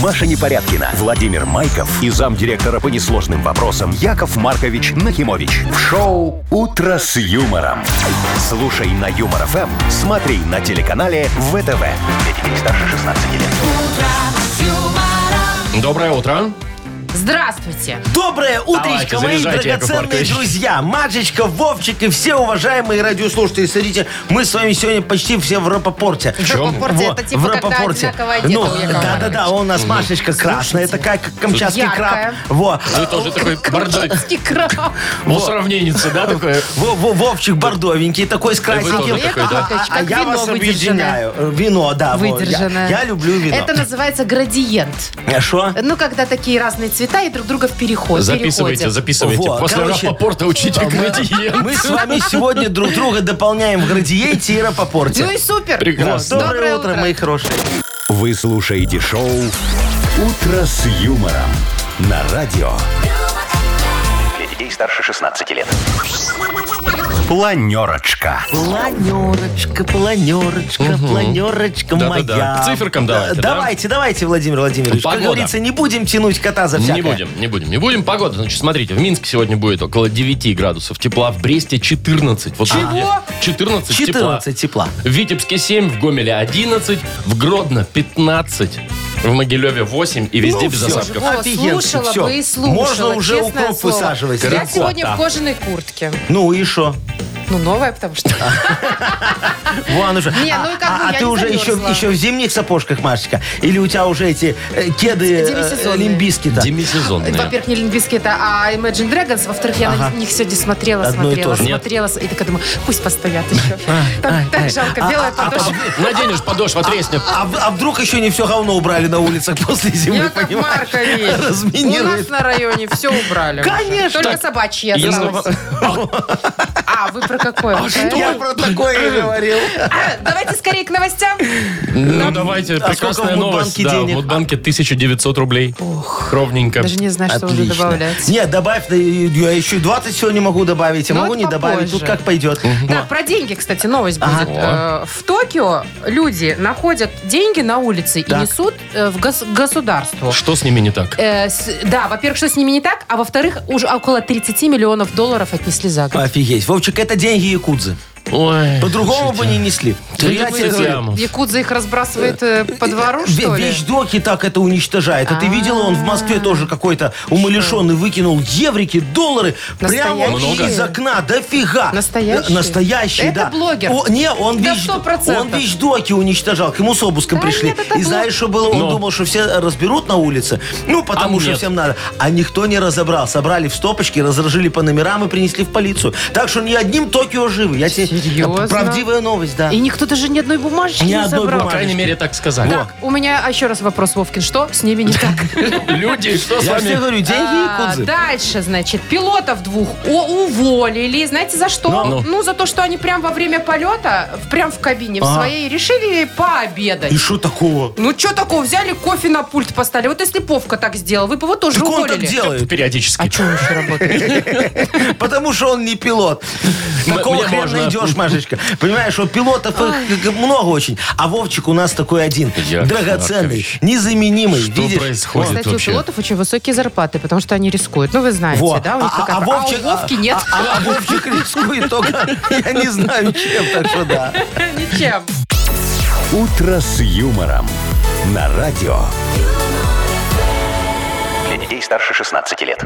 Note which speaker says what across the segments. Speaker 1: Маша Непорядкина, Владимир Майков и замдиректора по несложным вопросам Яков Маркович Нахимович. В шоу «Утро с юмором». Слушай на Юмор ФМ, смотри на телеканале ВТВ. Для детей старше 16 лет.
Speaker 2: Доброе утро.
Speaker 3: Здравствуйте.
Speaker 4: Доброе утречко, мои
Speaker 2: заряжайте, Яков
Speaker 4: драгоценные
Speaker 2: Маркович.
Speaker 4: друзья. Машечка, Вовчик и все уважаемые радиослушатели. Смотрите, мы с вами сегодня почти все в рапопорте.
Speaker 3: В Рапопорте
Speaker 4: Во,
Speaker 3: это типа, когда одинаково одета у
Speaker 4: ну,
Speaker 3: Якова
Speaker 4: да-да-да, он у нас Машечка красная такая, как камчатский
Speaker 3: Яркая.
Speaker 4: краб. Во,
Speaker 2: Вы тоже такой бордой.
Speaker 3: Русский краб.
Speaker 2: Ну, сравненница, да, такое?
Speaker 4: во, во, Вовчик бордовенький, такой с
Speaker 2: тоже
Speaker 4: красненьким.
Speaker 2: такой, да.
Speaker 4: А, а
Speaker 3: Как
Speaker 4: я
Speaker 3: вино
Speaker 4: вас
Speaker 3: выдержанное.
Speaker 4: объединяю. Э, Вино, да. во, я-
Speaker 3: Выдержанная.
Speaker 4: Я люблю вино.
Speaker 3: Это называется градиент.
Speaker 4: А Шо?
Speaker 3: Ну, когда такие разные цвета и друг друга в переход.
Speaker 2: Записывайте,
Speaker 3: переходят.
Speaker 2: записывайте.
Speaker 4: Во,
Speaker 2: После
Speaker 4: короче, а
Speaker 2: рапопорта учите градиент.
Speaker 4: Мы с вами сегодня друг друга дополняем в градиенте и рапопорте.
Speaker 3: Ну и супер.
Speaker 2: Прекрасно.
Speaker 3: Вот, Доброе утро.
Speaker 4: мои хорошие.
Speaker 1: Вы слушаете шоу «Утро с юмором» на радио. Для детей старше 16 лет. Планерочка.
Speaker 4: Планерочка, планерочка, планерочка
Speaker 2: Да-да-да.
Speaker 4: моя.
Speaker 2: К циферкам давайте, да?
Speaker 4: Давайте, давайте, Владимир Владимирович.
Speaker 2: Погода.
Speaker 4: Как говорится, не будем тянуть кота за всякое.
Speaker 2: Не будем, не будем, не будем. Погода, значит, смотрите, в Минске сегодня будет около 9 градусов тепла, в Бресте 14. Вот
Speaker 3: Чего?
Speaker 2: где 14,
Speaker 4: 14
Speaker 2: тепла.
Speaker 4: тепла.
Speaker 2: В Витебске 7, в Гомеле 11, в Гродно 15, в Могилеве 8 и везде
Speaker 4: Ну,
Speaker 2: без
Speaker 4: всё же,
Speaker 2: осадков.
Speaker 4: вот.
Speaker 3: О,
Speaker 4: Офигенски,
Speaker 3: слушала
Speaker 4: всё.
Speaker 3: бы и слушала.
Speaker 4: Можно уже
Speaker 3: честное
Speaker 4: укроп
Speaker 3: слово.
Speaker 4: высаживать.
Speaker 3: Я
Speaker 2: Красота.
Speaker 3: сегодня в кожаной куртке.
Speaker 4: Ну и что?
Speaker 3: Ну, новая, потому что...
Speaker 4: Вон уже.
Speaker 3: Не, ну и как бы
Speaker 4: а, а
Speaker 3: я
Speaker 4: ты
Speaker 3: не
Speaker 4: уже еще,
Speaker 3: замерзла.
Speaker 4: еще в зимних сапожках, Машечка? Или у тебя уже эти э, кеды э,
Speaker 3: Демисезонные.
Speaker 4: лимбискита?
Speaker 2: Демисезонные.
Speaker 4: э,
Speaker 3: Во-первых, не Линдвискет, а Imagine Dragons. Во-вторых, я на них сегодня смотрела,
Speaker 4: Одно и
Speaker 3: смотрела,
Speaker 4: то же.
Speaker 2: Нет.
Speaker 3: смотрела. И такая думаю, пусть постоят еще. Так, так жалко, белая подошва.
Speaker 2: Наденешь подошва, треснет.
Speaker 4: А, в- а вдруг еще не все говно убрали на улицах после зимы,
Speaker 3: Яков
Speaker 4: понимаешь?
Speaker 3: Маркович, у
Speaker 4: Разминируют.
Speaker 3: нас на районе все убрали. уже.
Speaker 4: Конечно.
Speaker 3: Только собачьи
Speaker 2: Если-
Speaker 3: осталось. А, вы про какое?
Speaker 4: Я про такое и говорил.
Speaker 3: А, Давайте скорее к новостям.
Speaker 2: Ну, давайте,
Speaker 4: сколько
Speaker 2: прекрасная
Speaker 4: в
Speaker 2: новость.
Speaker 4: Мудбанке
Speaker 2: Да, в
Speaker 4: денег?
Speaker 2: Мудбанке 1900 рублей. Ровненько.
Speaker 3: Даже не знаю, А что уже
Speaker 4: Отлично.
Speaker 3: добавлять.
Speaker 4: Нет, добавь, да, и- я еще и 20 сегодня могу добавить, а
Speaker 3: Ну,
Speaker 4: могу
Speaker 3: это
Speaker 4: не добавить,
Speaker 3: попозже.
Speaker 4: тут как пойдет.
Speaker 3: Да, про деньги, кстати, новость будет. Э, В Токио люди находят деньги на улице и
Speaker 4: Так.
Speaker 3: несут э, в гос- государство.
Speaker 2: Что с ними не так?
Speaker 3: Э, с- да, во-первых, что с ними не так, а во-вторых, уже около 30 миллионов долларов отнесли за год.
Speaker 4: Офигеть. Вовчик, это деньги якудзы.
Speaker 2: Ой,
Speaker 4: По-другому бы не несли.
Speaker 2: да
Speaker 4: Я
Speaker 2: не
Speaker 4: тебе
Speaker 2: будет
Speaker 4: говорю,
Speaker 2: яму.
Speaker 3: Якут за их разбрасывает э, по двору, что
Speaker 4: ве-
Speaker 3: ли?
Speaker 4: Вещдоки так это уничтожает. А ты видела, он в Москве тоже какой-то умалишенный выкинул еврики, доллары прямо вот
Speaker 3: Настоящие?
Speaker 4: из окна. Дофига.
Speaker 3: Настоящие?
Speaker 4: Э, Настоящие,
Speaker 3: Это
Speaker 4: да.
Speaker 3: блогер.
Speaker 4: О, не, он,
Speaker 3: Да
Speaker 4: вещ-
Speaker 3: 100%.
Speaker 4: он вещдоки уничтожал. К ему с обыском
Speaker 3: Да
Speaker 4: пришли.
Speaker 3: нет, это
Speaker 4: И
Speaker 3: блог-
Speaker 4: знаешь, что было? Он
Speaker 2: Но.
Speaker 4: думал, что все разберут на улице. Ну, потому
Speaker 2: А
Speaker 4: что
Speaker 2: нет.
Speaker 4: всем надо. А никто не разобрал. Собрали в стопочки, разоржили по номерам и принесли в полицию. Так что ни одним Токио живы. Я тебе...
Speaker 3: Серьезно?
Speaker 4: Правдивая новость, да.
Speaker 3: И никто даже ни одной бумажечки
Speaker 4: Ни
Speaker 3: не
Speaker 4: одной
Speaker 3: забрал.
Speaker 2: По крайней мере, так сказали.
Speaker 3: Так, у меня еще раз вопрос, Вовкин. Что с ними не так?
Speaker 2: Люди, что с
Speaker 4: Я тебе
Speaker 2: вами?
Speaker 4: говорю, деньги
Speaker 3: А,
Speaker 4: якудзы.
Speaker 3: Дальше, значит, пилотов двух о- уволили. Знаете, за что?
Speaker 2: Ну.
Speaker 3: Ну, за то, что они прям во время полета, в- прям в кабине в
Speaker 4: А.
Speaker 3: своей, решили пообедать.
Speaker 4: И что такого?
Speaker 3: Ну, что такого? Взяли кофе на пульт поставили. Вот если Повка так сделал, вы бы его тоже
Speaker 4: Так он
Speaker 3: уволили.
Speaker 4: так делает,
Speaker 2: Периодически.
Speaker 3: А что он еще работает?
Speaker 4: потому что он не пилот.
Speaker 2: М-
Speaker 4: Такого
Speaker 2: мне
Speaker 4: хрена
Speaker 2: можно.
Speaker 4: идешь, Машечка. Понимаешь, вот пилотов их г- много очень. А Вовчик у нас такой один.
Speaker 2: Яков
Speaker 4: Драгоценный,
Speaker 2: Маркович,
Speaker 4: незаменимый.
Speaker 2: Что
Speaker 4: Видишь?
Speaker 2: происходит
Speaker 3: Кстати, у
Speaker 2: вообще?
Speaker 3: пилотов очень высокие зарплаты, потому что они рискуют. Ну, вы знаете,
Speaker 4: Во.
Speaker 3: да? у них такая-
Speaker 4: Вовчик-
Speaker 3: а у Вовки нет.
Speaker 4: А, а- а Вовчик рискует только, я не знаю чем, так что да.
Speaker 3: Ничем.
Speaker 1: «Утро с юмором» на радио. Для детей старше 16 лет.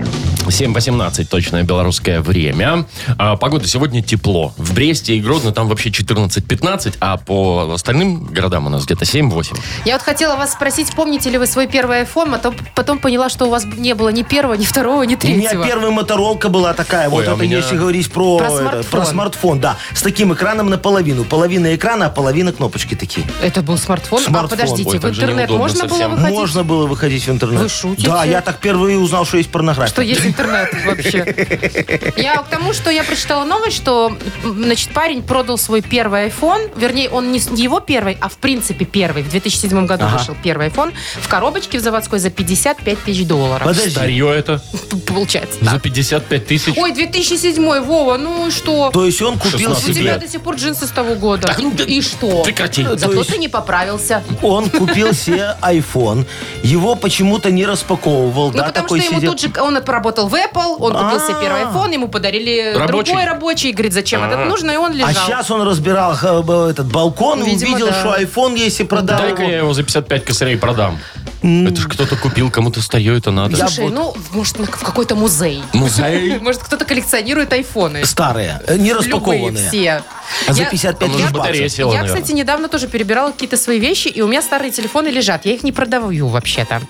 Speaker 2: 7.18 точное белорусское время. А, погода сегодня тепло. В Бресте и Гродно там вообще 14-15, а по остальным городам у нас где-то 7-8.
Speaker 3: Я вот хотела вас спросить, помните ли вы свой первый iPhone, а то потом поняла, что у вас не было ни первого, ни второго, ни
Speaker 4: У меня
Speaker 3: третьего.
Speaker 4: первая моторолка была такая, вот
Speaker 2: Ой, а
Speaker 4: это
Speaker 2: у меня-
Speaker 4: если говорить про,
Speaker 3: Про
Speaker 4: это,
Speaker 3: смартфон.
Speaker 4: про смартфон, да, с таким экраном наполовину, половина экрана, а половина кнопочки такие.
Speaker 3: Это был смартфон.
Speaker 4: Смартфон.
Speaker 3: А подождите,
Speaker 2: Ой,
Speaker 3: в
Speaker 2: так же
Speaker 3: интернет
Speaker 2: неудобно
Speaker 3: можно было
Speaker 2: совсем.
Speaker 3: выходить?
Speaker 4: Можно было выходить в интернет.
Speaker 3: Вы шутите?
Speaker 4: Да, я так впервые узнал, что есть порнография.
Speaker 3: Что есть интернет вообще. Я к тому, что я прочитала новость, что м, значит, парень продал свой первый iPhone. Вернее, он не с- не его первый, а в принципе первый. В 2007 году
Speaker 4: Ага.
Speaker 3: вышел первый iPhone в коробочке в заводской за 55 тысяч долларов.
Speaker 4: Подожди.
Speaker 2: Старье это
Speaker 3: П- Получается.
Speaker 2: за 55 тысяч.
Speaker 3: Ой, 2007, Вова, ну и что?
Speaker 4: То есть он купил
Speaker 2: 16
Speaker 3: У тебя
Speaker 2: лет.
Speaker 4: себе,
Speaker 3: до сих пор джинсы с того года.
Speaker 2: Так, ну, да
Speaker 3: и что?
Speaker 2: прекрати.
Speaker 4: То
Speaker 3: Зато
Speaker 4: есть-
Speaker 3: ты не поправился.
Speaker 4: он купил себе iPhone, его почему-то не распаковывал,
Speaker 3: Ну,
Speaker 4: да,
Speaker 3: потому что
Speaker 4: такой
Speaker 3: ему
Speaker 4: сидел.
Speaker 3: тут же, он поработал в Apple, он купил себе первый
Speaker 4: А.
Speaker 3: iPhone, ему подарили
Speaker 2: Рабочий.
Speaker 3: другой рабочий, и говорит, зачем этот нужно, и он лежал. Ну,
Speaker 4: А сейчас он разбирал э, б- этот балкон и
Speaker 3: Видимо,
Speaker 4: увидел,
Speaker 3: да.
Speaker 4: что iPhone есть и продал
Speaker 2: Дай-ка я
Speaker 4: его.
Speaker 2: его за 55 косарей продам. Это же кто-то купил, кому-то старье это надо. ну,
Speaker 4: Я-
Speaker 3: Слушай,
Speaker 4: вот-
Speaker 3: ну, может, на- в какой-то музей.
Speaker 2: Музей.
Speaker 3: Может, кто-то коллекционирует айфоны.
Speaker 4: Старые, э, не
Speaker 3: Любые
Speaker 4: распакованные.
Speaker 3: все.
Speaker 4: А за
Speaker 3: Я-
Speaker 4: 55
Speaker 2: Может,
Speaker 4: тысяч
Speaker 2: батарея
Speaker 4: баксов.
Speaker 2: села,
Speaker 3: Я,
Speaker 2: наверное.
Speaker 3: кстати, недавно тоже перебирала какие-то свои вещи, и у меня старые телефоны лежат. Я их не продаю вообще-то.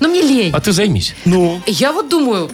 Speaker 3: Но мне лень.
Speaker 2: А ты займись.
Speaker 4: Ну,
Speaker 3: Я вот думаю,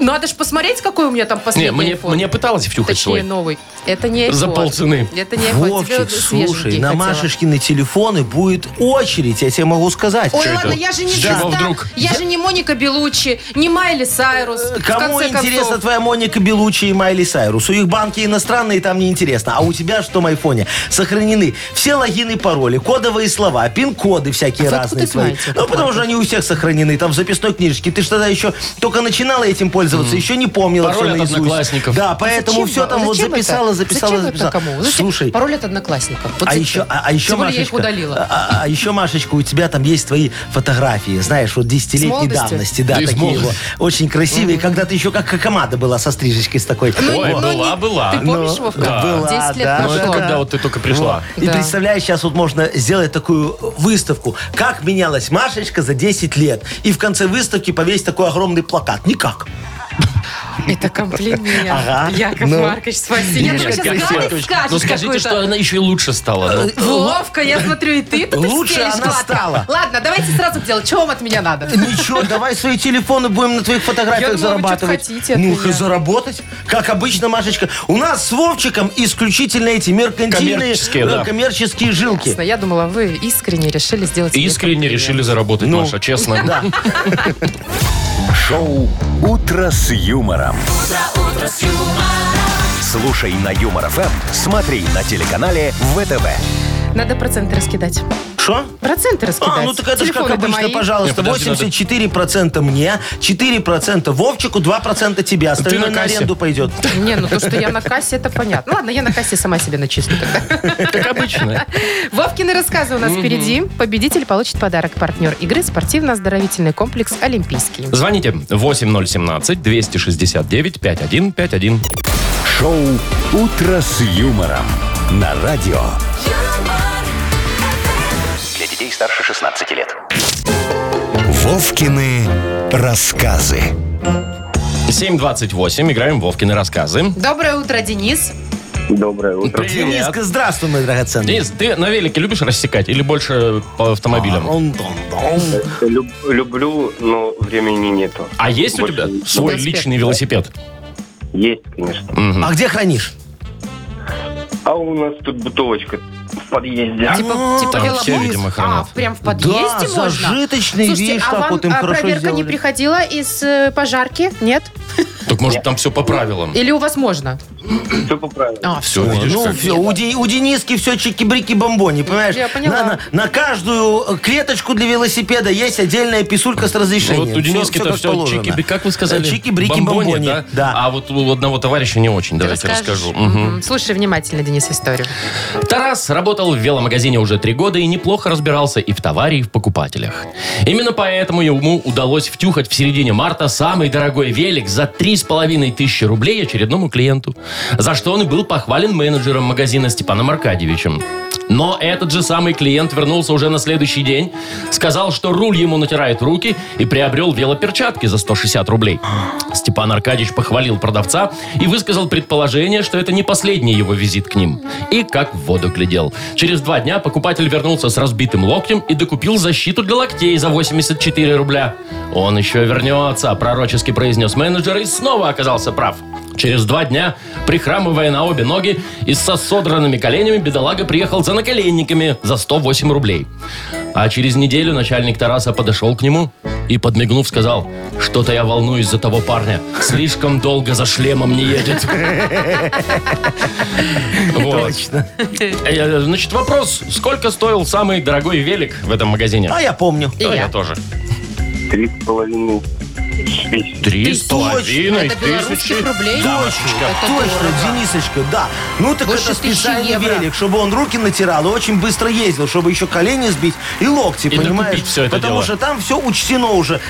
Speaker 3: надо же посмотреть, какой у меня там
Speaker 2: Не,
Speaker 3: последний
Speaker 2: мне,
Speaker 3: iPhone.
Speaker 2: мне пыталась втюхать
Speaker 3: Точнее,
Speaker 2: свой.
Speaker 3: ну, новый. Это не iPhone.
Speaker 2: За полцены.
Speaker 3: Это не iPhone. Тебе
Speaker 4: Вовчик,
Speaker 3: вот свеженький
Speaker 4: слушай, на
Speaker 3: хотела.
Speaker 4: Машечкины телефоны будет очередь, я тебе могу сказать.
Speaker 3: Ой,
Speaker 2: Чё
Speaker 3: ладно,
Speaker 2: это?
Speaker 3: я же не
Speaker 2: С чего
Speaker 3: Звезда,
Speaker 2: вдруг?
Speaker 3: я же не Моника Белучи, не Майли Сайрус. в
Speaker 4: Кому
Speaker 3: конце
Speaker 4: интересна
Speaker 3: концов.
Speaker 4: твоя Моника Белучи и Майли Сайрус? У их банки иностранные, там неинтересно. А у тебя что в том айфоне? Сохранены все логины, пароли, кодовые слова, пин-коды всякие
Speaker 3: А вы
Speaker 4: разные
Speaker 3: откуда
Speaker 4: свои.
Speaker 3: знаете,
Speaker 4: Ну,
Speaker 3: Яков
Speaker 4: потому что они у всех сохранены, там в записной книжечке. Ты ж тогда еще только начинала этим пользоваться, еще не помнила
Speaker 2: Пароль
Speaker 4: все
Speaker 2: от одноклассников.
Speaker 4: Да, поэтому
Speaker 3: Зачем
Speaker 4: все
Speaker 3: это?
Speaker 4: там вот
Speaker 3: Зачем это?
Speaker 4: записала, записала,
Speaker 3: Зачем это
Speaker 4: записала.
Speaker 3: кому? Зачем?
Speaker 4: Слушай,
Speaker 3: Пароль от одноклассников. Вот
Speaker 4: а
Speaker 3: зачем?
Speaker 4: еще, а, а еще,
Speaker 3: Тем более
Speaker 4: Машечка,
Speaker 3: я их удалила.
Speaker 4: А, а- а еще, Машечка, у тебя там есть твои фотографии, знаешь, вот
Speaker 3: С
Speaker 4: десятилетней
Speaker 3: молодости?
Speaker 4: давности, да,
Speaker 2: Да из
Speaker 4: такие
Speaker 2: молодости.
Speaker 4: вот, очень красивые, когда ты еще как команда была со стрижечкой с такой.
Speaker 3: Ну,
Speaker 2: Ой,
Speaker 3: ну,
Speaker 2: была,
Speaker 3: не-
Speaker 2: была.
Speaker 3: Ты помнишь,
Speaker 4: Ну,
Speaker 3: Вовка?
Speaker 4: да. Была,
Speaker 3: 10 лет
Speaker 4: да,
Speaker 2: Ну, это
Speaker 3: прошло.
Speaker 2: когда вот ты только пришла.
Speaker 4: И
Speaker 3: Да.
Speaker 4: представляешь, сейчас вот можно сделать такую выставку, как менялась Машечка за 10 лет, и в конце выставки повесить такой огромный плакат. Никак.
Speaker 3: Это комплимент.
Speaker 4: Ага.
Speaker 3: Яков
Speaker 4: Ну.
Speaker 3: Маркович, спасибо. Я
Speaker 2: Нет,
Speaker 3: думаю, сейчас
Speaker 2: конечно.
Speaker 3: гадость скажешь
Speaker 2: Ну скажите,
Speaker 3: какую-то. Э,
Speaker 2: что она еще и лучше стала.
Speaker 3: Вовка, я смотрю, и ты тут
Speaker 4: Лучше
Speaker 3: стелишь
Speaker 4: она
Speaker 3: куда-то.
Speaker 4: стала.
Speaker 3: Ладно, давайте сразу к делу. Чего вам от меня надо?
Speaker 4: Ничего, Ну давай свои телефоны будем на твоих
Speaker 3: Я
Speaker 4: фотографиях
Speaker 3: думала, вы
Speaker 4: зарабатывать.
Speaker 3: что-то хотите от
Speaker 4: ну,
Speaker 3: меня.
Speaker 4: заработать. Как обычно, Машечка. У нас с Вовчиком исключительно эти меркантильные
Speaker 2: Коммерческие,
Speaker 4: э,
Speaker 2: да.
Speaker 4: коммерческие жилки.
Speaker 3: Ясно, Я думала, вы искренне решили сделать
Speaker 2: Ну,
Speaker 3: себе
Speaker 2: Искренне
Speaker 3: комплимент.
Speaker 2: решили заработать,
Speaker 4: Ну.
Speaker 2: Маша, честно.
Speaker 4: Да.
Speaker 1: Шоу «Утро с юмором». Слушай на Юмор ФМ, смотри на телеканале ВТВ.
Speaker 3: Надо проценты раскидать.
Speaker 4: Что?
Speaker 3: Проценты раскидать.
Speaker 4: А, ну так это же как
Speaker 3: Телефоны-то
Speaker 4: обычно,
Speaker 3: мои.
Speaker 2: Не,
Speaker 4: пожалуйста.
Speaker 2: подожди, надо-
Speaker 4: 84% мне, 4% Вовчику, 2% тебе. Остальное
Speaker 2: на
Speaker 4: на
Speaker 2: кассе.
Speaker 4: аренду пойдет.
Speaker 3: Не, ну то, что я на кассе, это понятно. Ну ладно, я на кассе сама себе начислю тогда.
Speaker 2: Как обычно.
Speaker 3: Вовкины рассказы у нас впереди. Победитель получит подарок. Партнер игры спортивно-оздоровительный комплекс «Олимпийский».
Speaker 2: Звоните 8017-269-5151.
Speaker 1: Шоу «Утро с юмором» на радио.
Speaker 5: Для детей старше 16 лет.
Speaker 1: Вовкины рассказы.
Speaker 2: 7.28. Играем в Вовкины рассказы.
Speaker 3: Доброе утро, Денис.
Speaker 6: Доброе утро.
Speaker 4: Дениска, здравствуй, мой драгоценный.
Speaker 2: Денис, ты на велике любишь рассекать или больше по автомобилям?
Speaker 4: А Он, он, он.
Speaker 6: Люб- люблю, но времени нету.
Speaker 2: А есть у тебя
Speaker 6: Больше нет.
Speaker 2: свой
Speaker 3: Велосипед.
Speaker 2: личный велосипед?
Speaker 6: Есть, конечно.
Speaker 4: А где хранишь?
Speaker 6: А у нас тут бутылочка в подъезде.
Speaker 3: Типа, типа
Speaker 2: там
Speaker 3: велобокс?
Speaker 2: все, видимо,
Speaker 3: А,
Speaker 2: хранят.
Speaker 3: прям в подъезде
Speaker 4: да,
Speaker 3: можно?
Speaker 4: зажиточный,
Speaker 3: Слушайте,
Speaker 4: видишь,
Speaker 3: а
Speaker 4: так
Speaker 3: вам
Speaker 4: вот им
Speaker 3: а,
Speaker 4: хорошо
Speaker 3: проверка не
Speaker 4: сделали.
Speaker 3: приходила из э, пожарки? Нет?
Speaker 2: Так может там все по правилам?
Speaker 3: Или у вас можно?
Speaker 6: Все по правилам.
Speaker 3: А,
Speaker 2: Все,
Speaker 4: Ой,
Speaker 2: видишь,
Speaker 4: ну,
Speaker 2: как.
Speaker 4: все, у, Дени- у Дениски все чики-брики-бомбони, понимаешь?
Speaker 3: Я поняла.
Speaker 4: На, на- на каждую э, клеточку для велосипеда есть отдельная писулька с разрешением.
Speaker 2: Ну, Вот у Дениски-то все, чики как вы сказали?
Speaker 4: Чики-брики-бомбони,
Speaker 2: Бомбони,
Speaker 4: Э, да.
Speaker 2: А вот у одного товарища не очень,
Speaker 3: Ты
Speaker 2: давайте
Speaker 3: расскажешь?
Speaker 2: расскажу. Мгм.
Speaker 3: Мгм. Слушай внимательно, Денис, историю.
Speaker 2: Тарас работал в веломагазине уже три года и неплохо разбирался и в товаре, и в покупателях. Именно поэтому ему удалось втюхать в середине марта самый дорогой велик за три с половиной тысячи рублей очередному клиенту, за что он и был похвален менеджером магазина Степаном Аркадьевичем. Но этот же самый клиент вернулся уже на следующий день, сказал, что руль ему натирает руки и приобрел велоперчатки за 160 рублей. Степан Аркадьевич похвалил продавца и высказал предположение, что это не последний его визит к ним. И как в воду глядел. Через два дня покупатель вернулся с разбитым локтем и докупил защиту для локтей за 84 рубля. «Он еще вернется», – пророчески произнес менеджер и снова оказался прав. Через два дня, прихрамывая на обе ноги и со содранными коленями, бедолага приехал за наколенниками за 108 рублей. А через неделю начальник Тараса подошел к нему и, подмигнув, сказал, что-то я волнуюсь за того парня. Слишком долго за шлемом не едет. Вот. Э, Значит, вопрос. Сколько стоил самый дорогой велик в этом магазине?
Speaker 4: А я помню.
Speaker 2: Да,
Speaker 3: И
Speaker 2: я
Speaker 3: я.
Speaker 2: тоже.
Speaker 6: Три с половиной тысячи.
Speaker 2: Три с
Speaker 3: Тысяч.
Speaker 2: половиной
Speaker 3: Это белорусских
Speaker 2: тысячи.
Speaker 3: рублей?
Speaker 4: Точно,
Speaker 3: Это
Speaker 4: точно,
Speaker 3: дорого.
Speaker 4: Денисочка, да. Ну так
Speaker 3: Больше
Speaker 4: это
Speaker 3: тысячи
Speaker 4: специальный
Speaker 3: евро.
Speaker 4: велик, чтобы он руки натирал и очень быстро ездил, чтобы еще колени сбить и локти,
Speaker 2: И
Speaker 4: понимаешь?
Speaker 2: докупить всё это
Speaker 4: Потому
Speaker 2: дело.
Speaker 4: что там все учтено уже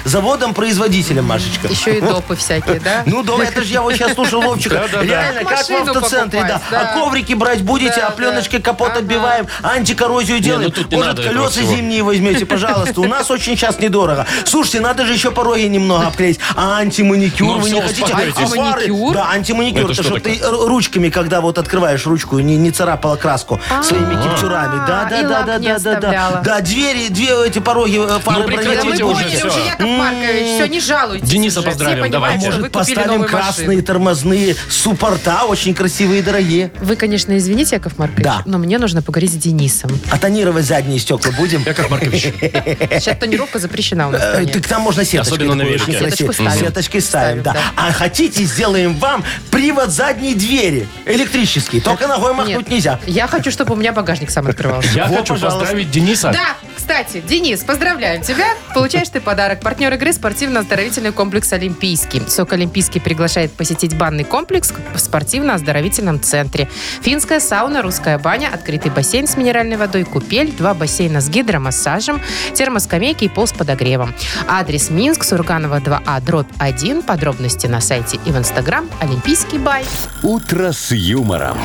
Speaker 4: заводом-производителем, Машечка.
Speaker 3: Еще и допы всякие, да?
Speaker 4: Ну да, это же я вот сейчас слушал Вовчика.
Speaker 2: Да-да-да.
Speaker 4: Реально, как в
Speaker 3: Машину
Speaker 4: автоцентре, да.
Speaker 3: покупать, да.
Speaker 4: А коврики брать будете,
Speaker 3: Да,
Speaker 4: а пленочкой
Speaker 3: да.
Speaker 4: капот
Speaker 3: Ага.
Speaker 4: отбиваем, антикоррозию делаем.
Speaker 2: тут не
Speaker 4: Может,
Speaker 2: надо этого
Speaker 4: колеса
Speaker 2: всего.
Speaker 4: зимние возьмете, пожалуйста. У нас очень сейчас недорого. Слушайте, надо же еще пороги немного обклеить. А антиманикюр
Speaker 2: Ну
Speaker 4: вы не
Speaker 2: всё,
Speaker 4: хотите?
Speaker 2: успокойтесь.
Speaker 4: А фары?
Speaker 3: Антиманикюр?
Speaker 4: Да, антиманикюр.
Speaker 2: Это
Speaker 4: Это
Speaker 2: что
Speaker 4: что ты ру- ручками, когда вот открываешь ручку, не не царапала краску своими кипчурами. Да,
Speaker 3: А. И
Speaker 4: да,
Speaker 3: лак
Speaker 4: да, да,
Speaker 3: не
Speaker 4: да, да,
Speaker 3: оставляла.
Speaker 4: да. Да, двери, две эти пороги, э,
Speaker 3: Да
Speaker 4: фары
Speaker 3: мы
Speaker 2: Ну, прекратите
Speaker 4: бронировать.
Speaker 2: уже
Speaker 3: поняли
Speaker 2: всё.
Speaker 3: уже, Яков Маркович, все, не жалуйтесь.
Speaker 2: Дениса
Speaker 3: уже. Все
Speaker 2: поздравим,
Speaker 3: понимают,
Speaker 2: давайте.
Speaker 3: что вы
Speaker 4: А Может,
Speaker 3: купили
Speaker 4: поставим
Speaker 3: новую машину.
Speaker 4: красные тормозные суппорта, очень красивые и дорогие.
Speaker 3: Вы, конечно, извините, Яков Маркович,
Speaker 4: Да.
Speaker 3: но мне нужно поговорить с Денисом.
Speaker 4: А тонировать задние стекла будем?
Speaker 2: Яков Маркович,
Speaker 3: Сейчас тонировка запрещена у нас. в
Speaker 4: Э,
Speaker 3: стране.
Speaker 4: Так там можно сеточки.
Speaker 2: Особенно на
Speaker 4: такую
Speaker 2: велике.
Speaker 4: очень красивую.
Speaker 3: Сеточку ставим.
Speaker 4: Сеточки ставим,
Speaker 3: Ставим,
Speaker 4: да.
Speaker 3: да.
Speaker 4: А хотите, сделаем вам привод задней двери. Электрический. Только ногой махнуть
Speaker 3: Нет.
Speaker 4: нельзя.
Speaker 3: Я хочу, чтобы у меня багажник сам открывался.
Speaker 2: я
Speaker 4: Во,
Speaker 2: хочу
Speaker 4: пожалуйста.
Speaker 2: поздравить Дениса.
Speaker 3: Да, кстати, Денис, поздравляем тебя. Получаешь ты подарок. Партнер игры спортивно-оздоровительный комплекс «Олимпийский». СОК «Олимпийский» приглашает посетить банный комплекс в спортивно-оздоровительном центре. Финская сауна, русская баня, открытый бассейн с минеральной водой, купель, два бассейна с гидромассажем, термоскамейки и пол с подогревом. Адрес Минск, Сурганова 2А, дробь 1. Подробности на сайте и в Инстаграм «Олимпийский бай».
Speaker 1: «Утро с юмором».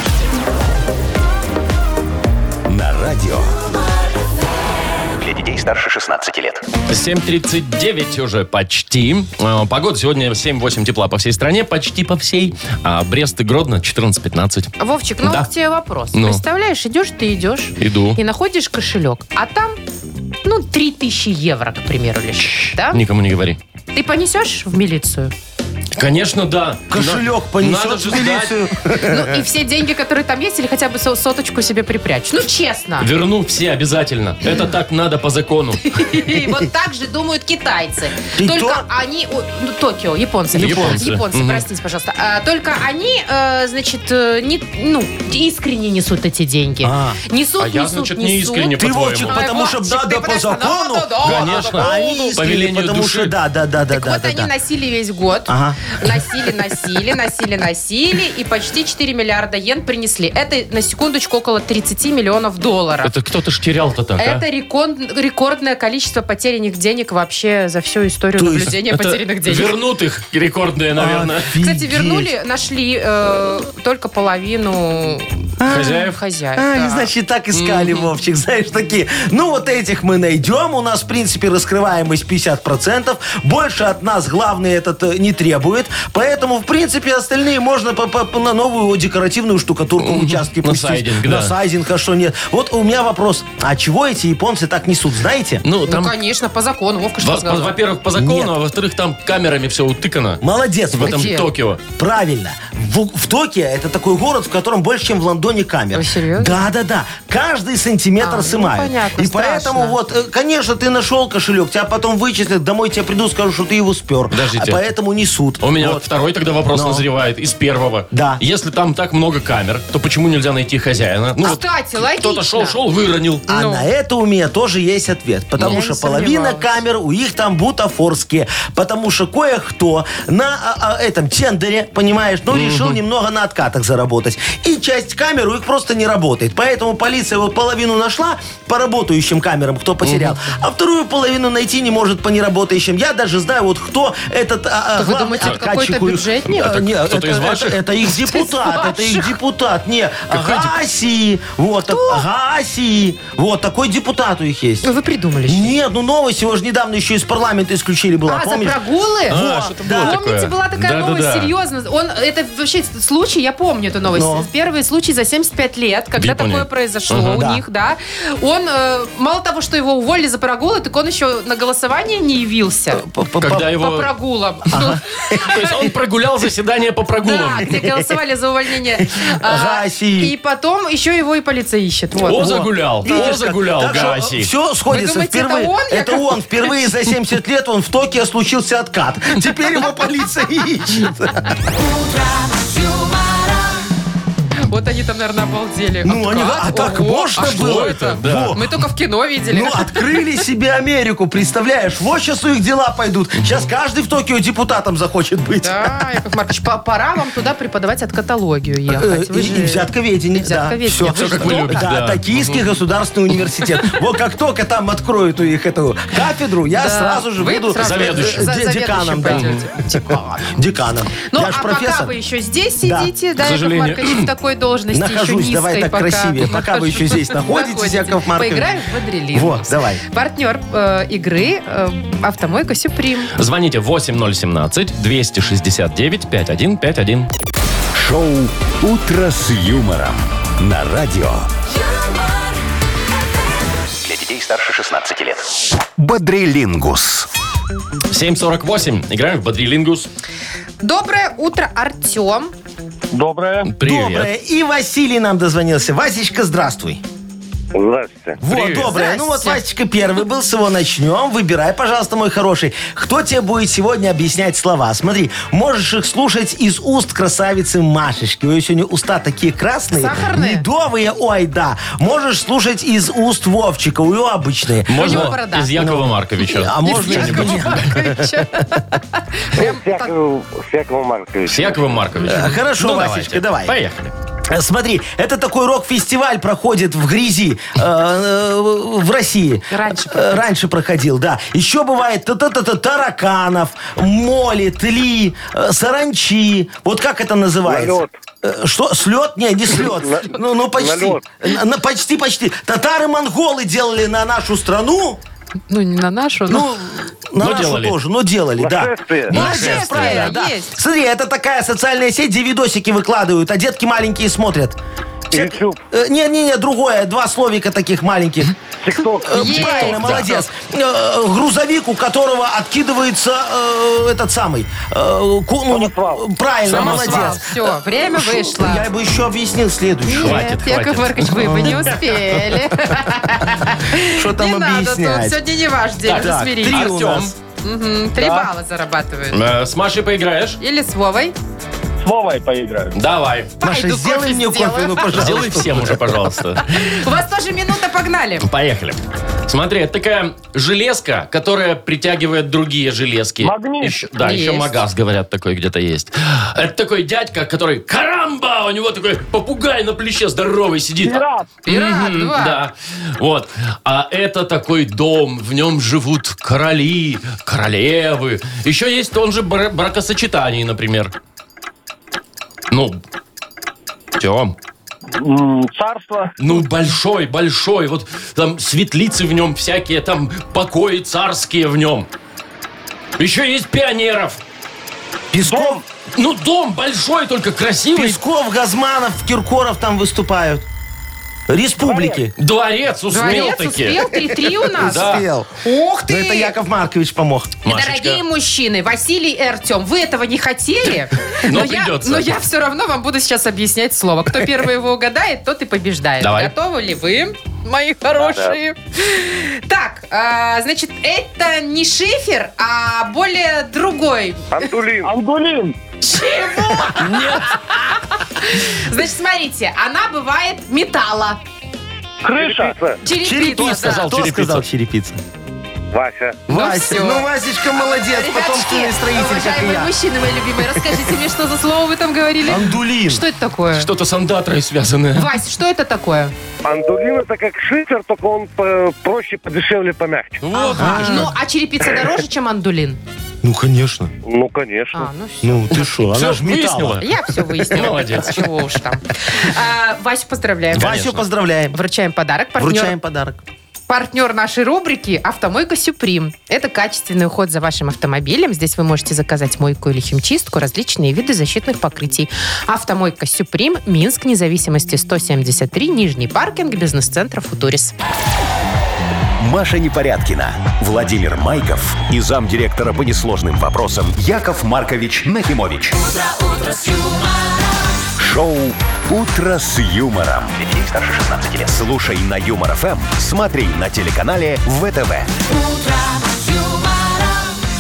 Speaker 1: На радио.
Speaker 5: Для детей старше 16 лет.
Speaker 2: 7.39 уже почти. Э, Погода сегодня 7-8 тепла по всей стране, почти по всей. А Брест и Гродно 14-15.
Speaker 3: Вовчик, ну
Speaker 2: Да.
Speaker 3: вот тебе вопрос.
Speaker 2: Ну.
Speaker 3: Представляешь, идешь ты, идешь.
Speaker 2: Иду.
Speaker 3: И находишь кошелек, а там, ну, 3000 евро, к примеру, лежит. Да?
Speaker 2: Никому не говори.
Speaker 3: Ты понесешь в милицию?
Speaker 2: Конечно, да.
Speaker 4: Кошелек
Speaker 2: На- надо
Speaker 4: понесет
Speaker 2: же
Speaker 4: в милицию.
Speaker 3: Ну, и все деньги, которые там есть, или хотя бы со- соточку себе припрячь. Ну, честно.
Speaker 2: сдать. Верну все обязательно. Это так надо по закону.
Speaker 3: И вот так же думают китайцы.
Speaker 4: И
Speaker 3: Только
Speaker 4: то-
Speaker 3: они... о, Ну, Токио, японцы.
Speaker 2: Японцы. Мгм.
Speaker 3: простите, пожалуйста. А, Только они, э, значит, э, не, ну, искренне несут эти деньги.
Speaker 4: А.
Speaker 3: Несут,
Speaker 2: А я,
Speaker 3: несут,
Speaker 2: значит,
Speaker 3: несут.
Speaker 2: не искренне,
Speaker 4: Ты,
Speaker 2: по-твоему.
Speaker 4: Вовчик,
Speaker 3: Ой,
Speaker 4: потому что
Speaker 3: Вовчик, ты
Speaker 4: надо по
Speaker 3: подожди,
Speaker 4: закону.
Speaker 3: надо, да,
Speaker 2: Конечно.
Speaker 3: надо,
Speaker 4: А
Speaker 3: да.
Speaker 4: они
Speaker 2: По
Speaker 4: искренне,
Speaker 2: велению
Speaker 4: потому
Speaker 2: души.
Speaker 4: что да, да, да, да,
Speaker 3: Так
Speaker 4: да,
Speaker 3: вот,
Speaker 4: да,
Speaker 3: они
Speaker 4: да.
Speaker 3: носили весь год.
Speaker 4: Ага.
Speaker 3: Носили, носили, носили, носили. И почти 4 миллиарда йен принесли. Это, на секундочку, около 30 миллионов долларов.
Speaker 2: Это кто-то ж терял-то так, а?
Speaker 3: Это рекон- рекордное количество потерянных денег вообще за всю историю
Speaker 4: То есть
Speaker 3: наблюдения
Speaker 2: Это
Speaker 3: потерянных денег.
Speaker 2: Вернут их рекордное, наверное.
Speaker 3: Кстати,
Speaker 4: Офигеть.
Speaker 3: вернули, нашли э, только половину
Speaker 2: Хозяев.
Speaker 3: хозяев.
Speaker 4: А,
Speaker 3: да.
Speaker 4: они, значит, так искали, Вовчик, знаешь, такие. Ну, вот этих мы найдем. У нас, в принципе, раскрываемость 50%. Больше от нас главный этот э, не требует. Поэтому, в принципе, остальные можно по- по- по- на новую декоративную штукатурку в участке
Speaker 2: На
Speaker 4: пустить.
Speaker 2: сайдинг, да.
Speaker 4: На сайдинг, а что нет. Вот у меня вопрос. А чего эти японцы так несут, знаете?
Speaker 2: Ну,
Speaker 3: Ну,
Speaker 2: там,
Speaker 3: конечно, по закону. Вовка что
Speaker 2: во-
Speaker 3: сказал?
Speaker 2: во-первых, по закону,
Speaker 4: Нет.
Speaker 2: а во-вторых, там камерами все утыкано.
Speaker 4: Молодец,
Speaker 2: В этом
Speaker 4: Вовчик.
Speaker 3: Где?
Speaker 2: Токио.
Speaker 4: Правильно. В, в Токио это такой город, в котором больше, чем в Лондоне камер.
Speaker 3: Вы серьезно?
Speaker 4: Да, да, да. Каждый сантиметр
Speaker 3: А, ну,
Speaker 4: снимают.
Speaker 3: понятно,
Speaker 4: И
Speaker 3: страшно.
Speaker 4: поэтому вот, э, конечно, ты нашел кошелек, тебя потом вычислят, домой тебе придут, скажут, что ты его спер.
Speaker 2: Подождите.
Speaker 4: А поэтому несут.
Speaker 2: У меня
Speaker 4: Вот.
Speaker 2: второй тогда вопрос
Speaker 4: Но.
Speaker 2: назревает из первого.
Speaker 4: Да.
Speaker 2: Если там так много камер, то почему нельзя найти хозяина? Ну, вот
Speaker 3: Кстати, логично.
Speaker 2: кто-то шел-шел, выронил.
Speaker 4: А
Speaker 3: Ну.
Speaker 4: на это у меня тоже есть ответ. Потому
Speaker 3: Я
Speaker 4: что
Speaker 3: не
Speaker 4: половина
Speaker 3: сомневалась.
Speaker 4: камер у них там бутафорские. Потому что кое-кто на а, а, этом тендере, понимаешь, ну, решил немного на откатах заработать. И часть камер у них просто не работает. Поэтому полиция вот половину нашла по работающим камерам, кто потерял, а вторую половину найти не может по неработающим. Я даже знаю, вот кто этот а, а,
Speaker 3: Так вы
Speaker 4: главный
Speaker 3: думаете, это какой-то
Speaker 4: откатчик у них.
Speaker 3: бюджетник?
Speaker 4: А,
Speaker 2: Это
Speaker 4: нет,
Speaker 2: кто-то
Speaker 4: это,
Speaker 2: из
Speaker 4: это-
Speaker 2: ваших?
Speaker 4: это их депутат, это их депутат. Не, Гаси. Вот, Гаси. Вот, такой депутат у них есть.
Speaker 3: Вы придумали. что ли?
Speaker 4: Нет, ну новость его же недавно еще из парламента исключили была,
Speaker 3: А, за
Speaker 4: помнишь?
Speaker 3: прогулы?
Speaker 2: А,
Speaker 3: Во,
Speaker 2: что-то
Speaker 3: да.
Speaker 2: было
Speaker 3: Помните,
Speaker 2: такое.
Speaker 3: была такая
Speaker 2: Да-да-да.
Speaker 3: новость, серьезно. Он, это вообще случай, я помню эту новость.
Speaker 4: Но.
Speaker 3: Первый случай за 70 25 лет, когда
Speaker 2: Японии.
Speaker 3: такое произошло
Speaker 2: Ага.
Speaker 3: у
Speaker 4: Да.
Speaker 3: них, да, он, э, мало того, что его уволили за прогулы, так он еще на голосование не явился.
Speaker 4: Э,
Speaker 2: Ну, Когда
Speaker 3: По
Speaker 2: его...
Speaker 3: прогулам.
Speaker 2: То есть он прогулял заседание по прогулам.
Speaker 3: Да, где голосовали за увольнение.
Speaker 4: Ага,
Speaker 3: А,
Speaker 4: Си.
Speaker 3: И потом еще его и полиция ищет. Вот.
Speaker 2: О, загулял, о, загулял, Гаси.
Speaker 4: Все сходится
Speaker 3: Вы думаете, это
Speaker 4: впервые.
Speaker 3: он, Яков
Speaker 4: он впервые за 70 лет он в Токио случился откат. Теперь его полиция ищет.
Speaker 3: Вот они там, наверное, обалдели.
Speaker 4: Ну, они,
Speaker 3: Откат?
Speaker 4: а так
Speaker 3: Ого,
Speaker 4: можно
Speaker 3: а что
Speaker 4: было?
Speaker 3: это?
Speaker 2: Да.
Speaker 4: Во.
Speaker 3: Мы только в кино видели.
Speaker 4: Ну, открыли себе Америку, представляешь? Вот сейчас у их дела пойдут. Сейчас каждый в Токио депутатом захочет быть.
Speaker 3: Да, Яков Маркович, по- пора вам туда преподавать от каталогию
Speaker 4: Э,
Speaker 3: ехать. Вы
Speaker 4: И,
Speaker 3: же-
Speaker 4: и взятковедение,
Speaker 3: и взятковедение.
Speaker 4: да.
Speaker 3: Вы
Speaker 4: Все,
Speaker 3: Всё, же
Speaker 2: как вы добрый. любите, да.
Speaker 4: Токийский государственный университет. Вот как только там откроют у них эту кафедру, я
Speaker 3: Да.
Speaker 4: сразу же
Speaker 3: Вы
Speaker 4: буду
Speaker 3: сразу
Speaker 2: заведующим.
Speaker 4: э,
Speaker 3: за-
Speaker 4: де-
Speaker 3: заведующим
Speaker 4: деканом. да.
Speaker 3: пойдете. Декан.
Speaker 4: Деканом.
Speaker 3: Ну,
Speaker 4: Я
Speaker 3: а
Speaker 4: же
Speaker 3: пока
Speaker 4: профессор.
Speaker 3: вы еще здесь
Speaker 4: Да.
Speaker 3: сидите, да,
Speaker 2: К
Speaker 3: Яков
Speaker 2: сожалению.
Speaker 3: Маркович, в такой должности еще
Speaker 4: Нахожусь,
Speaker 3: низкой.
Speaker 4: давай так
Speaker 3: пока.
Speaker 4: красивее. Пока вы еще здесь находитесь, Яков Маркович.
Speaker 3: Поиграем в бодрелин.
Speaker 4: Вот, давай.
Speaker 3: Партнер э, игры э, «Автомойка Сюприм».
Speaker 2: Звоните 8017-269-5151.
Speaker 1: Шоу «Утро с юмором» на радио
Speaker 7: юмор,
Speaker 5: Для детей старше 16 лет.
Speaker 1: «Бодрилингус».
Speaker 2: 748. Играем в Бодрилингус.
Speaker 3: Доброе утро, Артем.
Speaker 6: Доброе.
Speaker 2: Привет.
Speaker 4: Доброе. И Василий нам дозвонился. Васечка, здравствуй.
Speaker 6: Здравствуйте.
Speaker 4: Вот,
Speaker 2: Привет.
Speaker 4: доброе. Ну вот,
Speaker 3: Здрасте.
Speaker 4: Васечка первый был, с его начнем. Выбирай, пожалуйста, мой хороший. Кто тебе будет сегодня объяснять слова? Смотри, можешь их слушать из уст красавицы Машечки. У нее сегодня уста такие красные.
Speaker 3: Сахарные?
Speaker 4: Медовые, ой, да. Можешь слушать из уст Вовчика. У него обычные.
Speaker 3: У
Speaker 2: Можно
Speaker 3: него борода.
Speaker 2: из Якова Марковича?
Speaker 4: А можно...
Speaker 3: Якова
Speaker 4: Не,
Speaker 3: Марковича. Прям так.
Speaker 6: Всякого
Speaker 2: С Яковом Марковичем.
Speaker 4: А, хорошо,
Speaker 2: Ну,
Speaker 4: Васечка, давай.
Speaker 2: Поехали.
Speaker 4: Э, Смотри, это такой рок-фестиваль проходит в грязи э, э, в России.
Speaker 3: Раньше
Speaker 4: Э, Раньше проходил, да. Еще бывает та- та- та- та- тараканов, моли, тли, э, саранчи. Вот как это называется?
Speaker 6: Налет.
Speaker 4: Э, Что? Слет? Не, не слет.
Speaker 6: На-
Speaker 4: Ну, ну почти.
Speaker 6: налет.
Speaker 4: На- на- Почти, почти. Татары-монголы делали на нашу страну.
Speaker 3: Ну, не на нашу, но...
Speaker 4: Ну, на
Speaker 2: Но
Speaker 4: нашу
Speaker 2: делали.
Speaker 4: тоже, но делали, да.
Speaker 6: Нашествие.
Speaker 4: Ну, Молодец, правильно, да.
Speaker 3: есть.
Speaker 4: Смотри, это такая социальная сеть, где видосики выкладывают, а детки маленькие смотрят.
Speaker 6: YouTube.
Speaker 4: Э, Не-не-не, другое, два словика таких маленьких.
Speaker 6: ТикТок.
Speaker 4: Э,
Speaker 3: Есть.
Speaker 4: Правильно,
Speaker 3: Да.
Speaker 4: молодец. Э, Грузовик, у которого откидывается э, этот самый... э, ку- ну, не-
Speaker 6: Самосвал.
Speaker 4: Правильно,
Speaker 2: Самосвал.
Speaker 4: молодец.
Speaker 3: Все, время
Speaker 4: Шу-
Speaker 3: вышло.
Speaker 4: Я бы еще объяснил следующее.
Speaker 2: Хватит,
Speaker 3: Нет, Яков
Speaker 2: хватит.
Speaker 3: Маркович, вы бы не успели.
Speaker 4: Что
Speaker 3: Не
Speaker 4: там
Speaker 3: надо тут,
Speaker 4: объяснять?
Speaker 3: сегодня не ваш день,
Speaker 4: Так,
Speaker 3: смиритесь.
Speaker 4: три у
Speaker 2: Артем,
Speaker 4: нас.
Speaker 3: Мгм, Три балла зарабатывают.
Speaker 2: э, с Машей поиграешь?
Speaker 3: Или с Вовой.
Speaker 6: С Вовой поиграю.
Speaker 2: Давай.
Speaker 4: Маша,
Speaker 3: Пойду
Speaker 4: сделай
Speaker 3: кофе
Speaker 4: мне кофе,
Speaker 3: сделаю.
Speaker 4: ну, пожалуйста.
Speaker 2: Сделай всем уже, пожалуйста.
Speaker 3: У вас тоже минута, погнали.
Speaker 2: Поехали. Смотри, это такая железка, которая притягивает другие железки.
Speaker 6: Магнит.
Speaker 2: Еще- да, еще
Speaker 3: Есть.
Speaker 2: магаз, говорят, такой где-то есть. Это такой дядька, который, карамба, у него такой попугай на плече здоровый сидит.
Speaker 6: Пират.
Speaker 3: Пират,
Speaker 2: Мгм,
Speaker 3: два.
Speaker 2: Да. Вот. А это такой дом, в нем живут короли, королевы. Еще есть он же бра- бракосочетаний, например. Ну, Тем.
Speaker 6: М, Царство.
Speaker 2: Ну, большой, большой. Вот там светлицы в нем всякие, там покои царские в нем. Еще есть пионеров.
Speaker 4: Песков,
Speaker 2: Ну, дом большой, только красивый.
Speaker 4: Песков, Газманов, Киркоров там выступают. Республики.
Speaker 2: Дворец успел
Speaker 3: Дворец
Speaker 2: таки.
Speaker 3: успел, 3-3 у нас.
Speaker 2: Да.
Speaker 4: Успел.
Speaker 3: Ух
Speaker 4: Ну, это
Speaker 3: ты!
Speaker 4: Яков Маркович помог.
Speaker 3: Дорогие мужчины, Василий и Артем, вы этого не хотели,
Speaker 2: Но
Speaker 3: я,
Speaker 2: придется.
Speaker 3: но я все равно вам буду сейчас объяснять слово. Кто первый его угадает, тот и побеждает.
Speaker 2: Давай.
Speaker 3: Готовы ли вы, мои хорошие? Так, а, значит, это не шифер, а более другой.
Speaker 5: Антулин.
Speaker 6: Ангулин.
Speaker 3: Значит, смотрите, она бывает металла.
Speaker 6: Крыша.
Speaker 3: Черепица. да.
Speaker 2: сказал.
Speaker 4: Кто
Speaker 2: черепица?
Speaker 4: сказал черепица?
Speaker 5: Вася.
Speaker 4: Вася.
Speaker 3: всё.
Speaker 4: Ну, Васечка молодец, потомственный
Speaker 3: Ребятки,
Speaker 4: строитель, как и
Speaker 3: уважаемые
Speaker 4: я.
Speaker 3: мужчины, мои любимые, расскажите мне, что за слово вы там говорили?
Speaker 4: Андулин.
Speaker 3: Что это такое?
Speaker 2: Что-то с андатрой связанное.
Speaker 3: Вась, что это такое?
Speaker 8: Андулин это как шифер, только он э, проще, подешевле, помягче.
Speaker 2: Вот.
Speaker 3: Ну, а черепица дороже, чем андулин?
Speaker 4: Ну, конечно.
Speaker 8: Ну, конечно.
Speaker 3: А, ну всё.
Speaker 4: Ну, ты что,
Speaker 2: Всё,
Speaker 4: она же металла.
Speaker 2: выяснила.
Speaker 3: Я все выяснила.
Speaker 2: Ну. Молодец.
Speaker 3: Чего уж там. А, Васю поздравляем.
Speaker 2: Да.
Speaker 4: Васю
Speaker 2: Конечно.
Speaker 4: поздравляем.
Speaker 3: Вручаем подарок партнеру.
Speaker 4: Вручаем подарок.
Speaker 3: Партнер нашей рубрики «Автомойка Сюприм». Это качественный уход за вашим автомобилем. Здесь вы можете заказать мойку или химчистку, различные виды защитных покрытий. Автомойка Сюприм, Минск, независимости 173, Нижний паркинг, бизнес-центр Футурис.
Speaker 1: Маша Непорядкина, Владимир Майков и замдиректора по несложным вопросам Яков Маркович Нахимович. Шоу Утро с юмором.
Speaker 5: Для детей старше 16 лет.
Speaker 1: Слушай на юмор ФМ, смотри на телеканале ВТВ.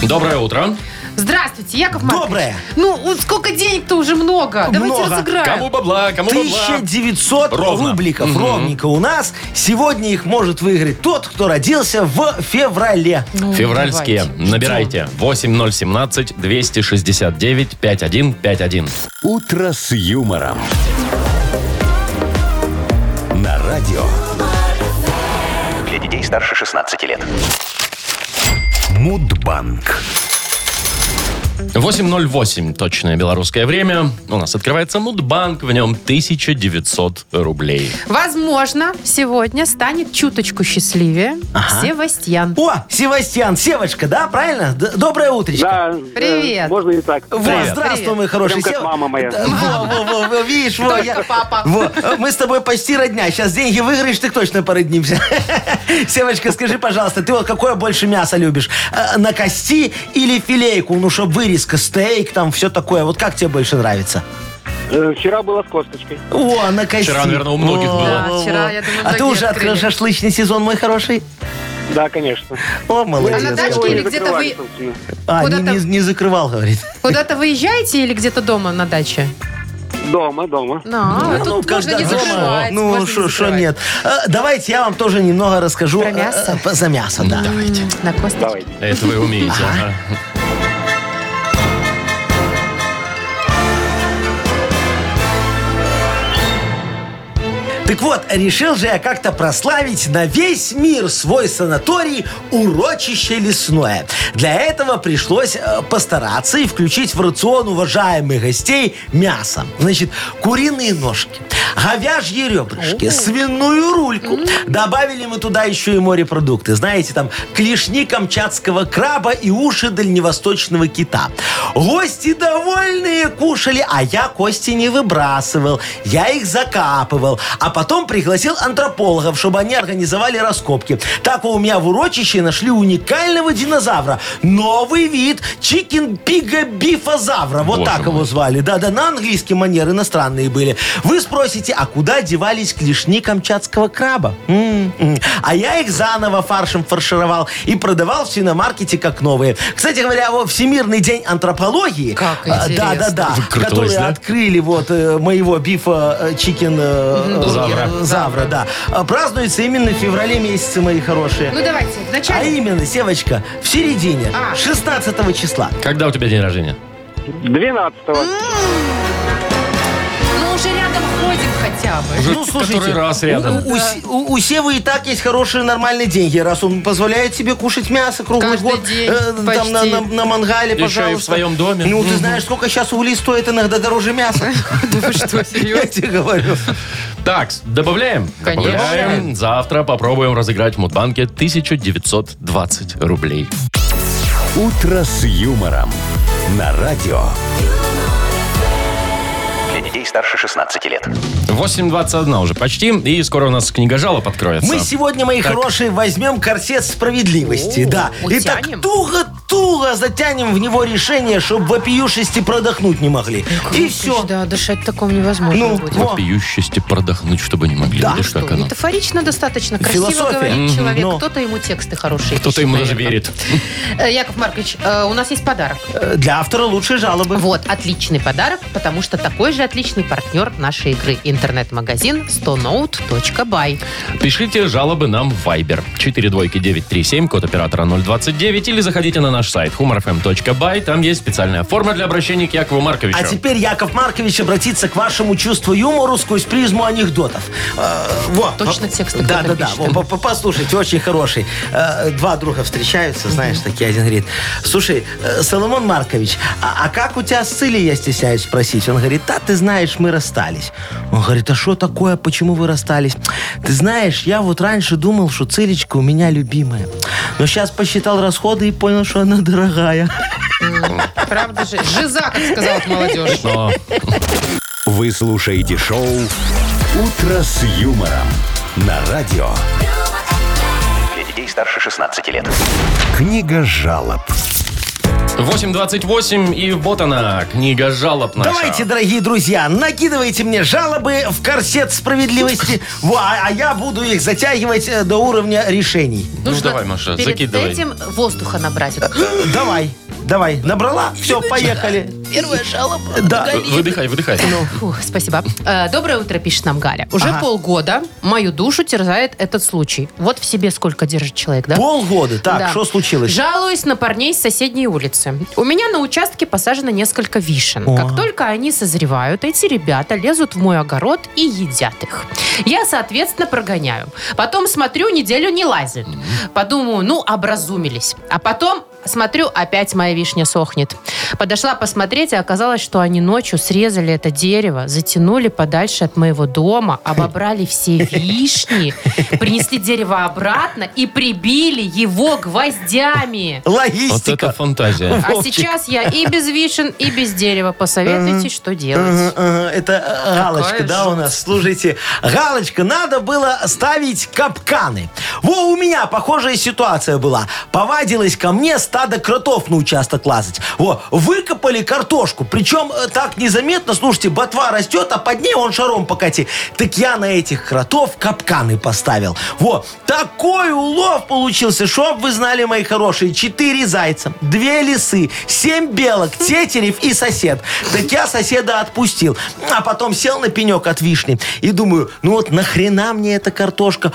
Speaker 2: Доброе утро.
Speaker 3: Здравствуйте, Яков Маркович.
Speaker 4: Доброе.
Speaker 3: Ну, вот сколько денег-то уже много. Давайте
Speaker 4: Много.
Speaker 3: разыграем.
Speaker 2: Кому бабла,
Speaker 3: Ну,
Speaker 2: кому бабла.
Speaker 4: 1900
Speaker 2: Ровно.
Speaker 4: рубликов ровненько у нас. Сегодня их может выиграть тот, кто родился в феврале.
Speaker 3: Ну,
Speaker 2: Февральские.
Speaker 3: давайте.
Speaker 2: Набирайте 8017-269-5151.
Speaker 1: Утро с юмором. На радио
Speaker 5: Для детей старше 16 лет.
Speaker 1: Мудбанк.
Speaker 2: 8.08, точное белорусское время. У нас открывается Мудбанк, в нем 1900 рублей.
Speaker 3: Возможно, сегодня станет чуточку счастливее Севастьян.
Speaker 4: О, Севастьян, Севочка, да, правильно? Д- Доброе утречко.
Speaker 7: Да.
Speaker 3: Привет.
Speaker 7: э, Можно и так.
Speaker 4: Во, здравствуй,
Speaker 3: Привет.
Speaker 4: мой хороший.
Speaker 7: Прям как мама моя.
Speaker 4: Да, во, во, во, во, видишь, во,
Speaker 3: Только
Speaker 4: я-
Speaker 3: папа.
Speaker 4: во, э, мы с тобой почти родня. Сейчас деньги выиграешь, так точно породнимся. Севочка, скажи, пожалуйста, ты вот какое больше мясо любишь? Э, На кости или филейку? Ну, чтобы вырезка, стейк, там все такое. Вот как тебе больше нравится?
Speaker 7: Э, Вчера было с косточкой.
Speaker 4: О, на кости.
Speaker 2: Вчера, наверное, у многих
Speaker 4: Во,
Speaker 2: было.
Speaker 3: Да,
Speaker 4: во,
Speaker 3: вчера,
Speaker 4: во.
Speaker 3: я думаю,
Speaker 4: А ты
Speaker 3: многие
Speaker 4: уже открыл
Speaker 3: открыли.
Speaker 4: шашлычный сезон, мой хороший?
Speaker 7: Да, конечно.
Speaker 4: О,
Speaker 3: А
Speaker 4: молодец.
Speaker 3: на дачке
Speaker 7: Его не
Speaker 3: или где-то
Speaker 7: закрывали,
Speaker 3: вы-
Speaker 7: собственно.
Speaker 4: А, не-
Speaker 3: куда-то-
Speaker 4: не не закрывал, говорит.
Speaker 3: Куда-то выезжаете или где-то дома на даче?
Speaker 7: Дома, дома.
Speaker 3: Ну, а
Speaker 4: Ну,
Speaker 3: тут можно
Speaker 4: каждый
Speaker 3: не
Speaker 4: дома.
Speaker 3: закрывать. можно
Speaker 4: Ну,
Speaker 3: не
Speaker 4: что, что
Speaker 3: закрывать.
Speaker 4: нет. Э, Давайте я вам тоже немного расскажу.
Speaker 3: Про
Speaker 4: э,
Speaker 3: мясо?
Speaker 4: э, по- За мясо, да.
Speaker 2: Давайте.
Speaker 3: На косточке.
Speaker 7: Давайте.
Speaker 2: Это вы умеете. ага.
Speaker 4: Так вот, решил же я как-то прославить на весь мир свой санаторий «Урочище лесное». Для этого пришлось э, постараться и включить в рацион уважаемых гостей мясо. Значит, куриные ножки, говяжьи ребрышки, свиную рульку. Добавили мы туда еще и морепродукты. Знаете, там клешни камчатского краба и уши дальневосточного кита. Гости довольные кушали, а я кости не выбрасывал. Я их закапывал. А потом пригласил антропологов, чтобы они организовали раскопки. Так у меня в урочище нашли уникального динозавра. Новый вид чикен пига бифозавра. Вот
Speaker 2: Боже
Speaker 4: так
Speaker 2: мой.
Speaker 4: его звали. Да-да, на английский манер, иностранные были. Вы спросите, а куда девались клешни камчатского краба? М-м. А я их заново фаршем фаршировал и продавал в свиномаркете как новые. Кстати говоря, во Всемирный день антропологии.
Speaker 3: Как
Speaker 4: а,
Speaker 3: интересно.
Speaker 4: Да-да-да.
Speaker 2: Выкрутилось,
Speaker 4: Которые
Speaker 2: да?
Speaker 4: открыли вот э, моего бифа э, чикен э, э,
Speaker 2: Завра.
Speaker 4: завра, да. А, Празднуется именно в феврале месяце, мои хорошие.
Speaker 3: Ну, давайте,
Speaker 4: а
Speaker 3: вначале.
Speaker 4: именно, Севочка, в середине,
Speaker 3: А.
Speaker 4: 16 числа.
Speaker 2: Когда у тебя день рождения?
Speaker 7: 12-го.
Speaker 3: Ну, уже рядом ходим хотя бы.
Speaker 2: Уже
Speaker 4: Ну,
Speaker 2: который
Speaker 4: слушайте,
Speaker 2: раз рядом.
Speaker 4: У, у Се- у- у Севы и так есть хорошие нормальные деньги, раз он позволяет себе кушать мясо круглый
Speaker 3: Каждый
Speaker 4: год. э,
Speaker 3: день, почти.
Speaker 4: там на, на- на мангале,
Speaker 2: Еще и в
Speaker 4: пожалуйста.
Speaker 2: своем доме.
Speaker 4: Ну, ты
Speaker 2: Мгм.
Speaker 4: знаешь, сколько сейчас угли стоит иногда дороже мяса.
Speaker 3: Да вы что,
Speaker 4: Я
Speaker 3: серьезно?
Speaker 4: тебе говорю.
Speaker 2: Так, с- добавляем?
Speaker 3: Конечно.
Speaker 2: Добавляем. Завтра попробуем разыграть в Мудбанке 1920 рублей.
Speaker 1: Утро с юмором. На радио
Speaker 5: Для детей старше 16 лет.
Speaker 2: 8.21 уже почти, и скоро у нас книга жалоб откроется.
Speaker 4: Мы сегодня, мои хорошие, возьмем корсет справедливости.
Speaker 3: О,
Speaker 4: Да. И так
Speaker 3: утянем?
Speaker 4: туго-туго затянем в него решение, чтобы вопиюшести продохнуть не могли. И все.
Speaker 3: Да, дышать в таком невозможно
Speaker 4: Ну,
Speaker 3: будет.
Speaker 4: во.
Speaker 2: Вопиющести продохнуть, чтобы не могли.
Speaker 4: Да,
Speaker 2: Видишь,
Speaker 3: Что,
Speaker 2: как оно?
Speaker 3: метафорично достаточно, красиво
Speaker 4: Философия.
Speaker 3: говорит
Speaker 4: Мгм.
Speaker 3: человек.
Speaker 4: Ну.
Speaker 3: Кто-то ему тексты хорошие
Speaker 2: Кто-то
Speaker 3: пишет,
Speaker 2: ему даже
Speaker 3: наверное.
Speaker 2: верит.
Speaker 3: Э, Яков Маркович, э, у нас есть подарок.
Speaker 4: Э, Для автора лучшие жалобы.
Speaker 3: Вот, отличный подарок, потому что такой же отличный партнер нашей игры. Интернет-магазин 100note.by.
Speaker 2: Пишите жалобы нам в Viber. 42937, код оператора 029, или заходите на наш наш сайт humorfm.by. Там есть специальная форма для обращения к Якову Марковичу.
Speaker 4: А теперь Яков Маркович обратится к вашему чувству юмору сквозь призму анекдотов. Э, вот.
Speaker 3: Точно текст такой
Speaker 4: Да, да, да.
Speaker 3: напишет.
Speaker 4: Вот, по- по- Послушайте, очень хороший. Э, Два друга встречаются, знаешь, такие. Один говорит, слушай, э, Соломон Маркович, а, а как у тебя с Цилей, я стесняюсь спросить? Он говорит, да, ты знаешь, мы расстались. Он говорит, а что такое, почему вы расстались? Ты знаешь, я вот раньше думал, что Цилечка у меня любимая. Но сейчас посчитал расходы и понял, что она дорогая.
Speaker 3: Правда же? Жиза, как сказала молодежь.
Speaker 2: Но
Speaker 1: Вы слушаете шоу «Утро с юмором» на радио.
Speaker 5: Для детей старше 16 лет.
Speaker 1: Книга жалоб.
Speaker 2: 8.28, и вот она, книга жалоб наша.
Speaker 4: Давайте, дорогие друзья, накидывайте мне жалобы в корсет справедливости, Во, а а я буду их затягивать э, до уровня решений.
Speaker 2: Ну, давай, Маша,
Speaker 9: перед
Speaker 2: закидывай.
Speaker 9: этим воздуха набрать. Вот.
Speaker 4: Давай, давай, набрала? Все, поехали.
Speaker 9: Первая жалоба.
Speaker 4: Да.
Speaker 2: Вы- Выдыхай, выдыхай.
Speaker 9: Фух,
Speaker 3: Спасибо. Э, Доброе утро, пишет нам Галя. Уже
Speaker 4: Ну. Ага.
Speaker 3: полгода мою душу терзает этот случай. Вот в себе сколько держит человек, да?
Speaker 4: Полгода. Так,
Speaker 3: Да.
Speaker 4: что случилось?
Speaker 3: Жалуюсь на парней с соседней улицы. У меня на участке посажено несколько вишен.
Speaker 4: О.
Speaker 3: Как только они созревают, эти ребята лезут в мой огород и едят их. Я, соответственно, прогоняю. Потом смотрю, неделю не лазит. Подумаю, ну, образумились. А потом смотрю, опять моя вишня сохнет. Подошла посмотреть, и оказалось, что они ночью срезали это дерево, затянули подальше от моего дома, обобрали все вишни, принесли дерево обратно и прибили его гвоздями.
Speaker 2: Вот это
Speaker 4: Логистика.
Speaker 2: фантазия.
Speaker 3: А
Speaker 4: Вовчик.
Speaker 3: сейчас я и без вишен, и без дерева. Посоветуйте, что
Speaker 4: Ага,
Speaker 3: делать.
Speaker 4: ага, Это э, галочка,
Speaker 3: Какая
Speaker 4: да, у
Speaker 3: жуть.
Speaker 4: нас. Слушайте, галочка, надо было ставить капканы. Во, у меня похожая ситуация была. Повадилось ко мне стадо кротов на участок лазать. Во, выкопали картошку. Причем э, так незаметно, слушайте, ботва растет, а под ней он шаром покати. Так я на этих кротов капканы поставил. Во, такой улов получился, чтоб вы знали, мои хорошие. Четыре зайца, две лисы, семь белок, тетерев и сосед. Так я соседа отпустил. А потом сел на пенек от вишни и думаю, ну вот нахрена мне эта картошка?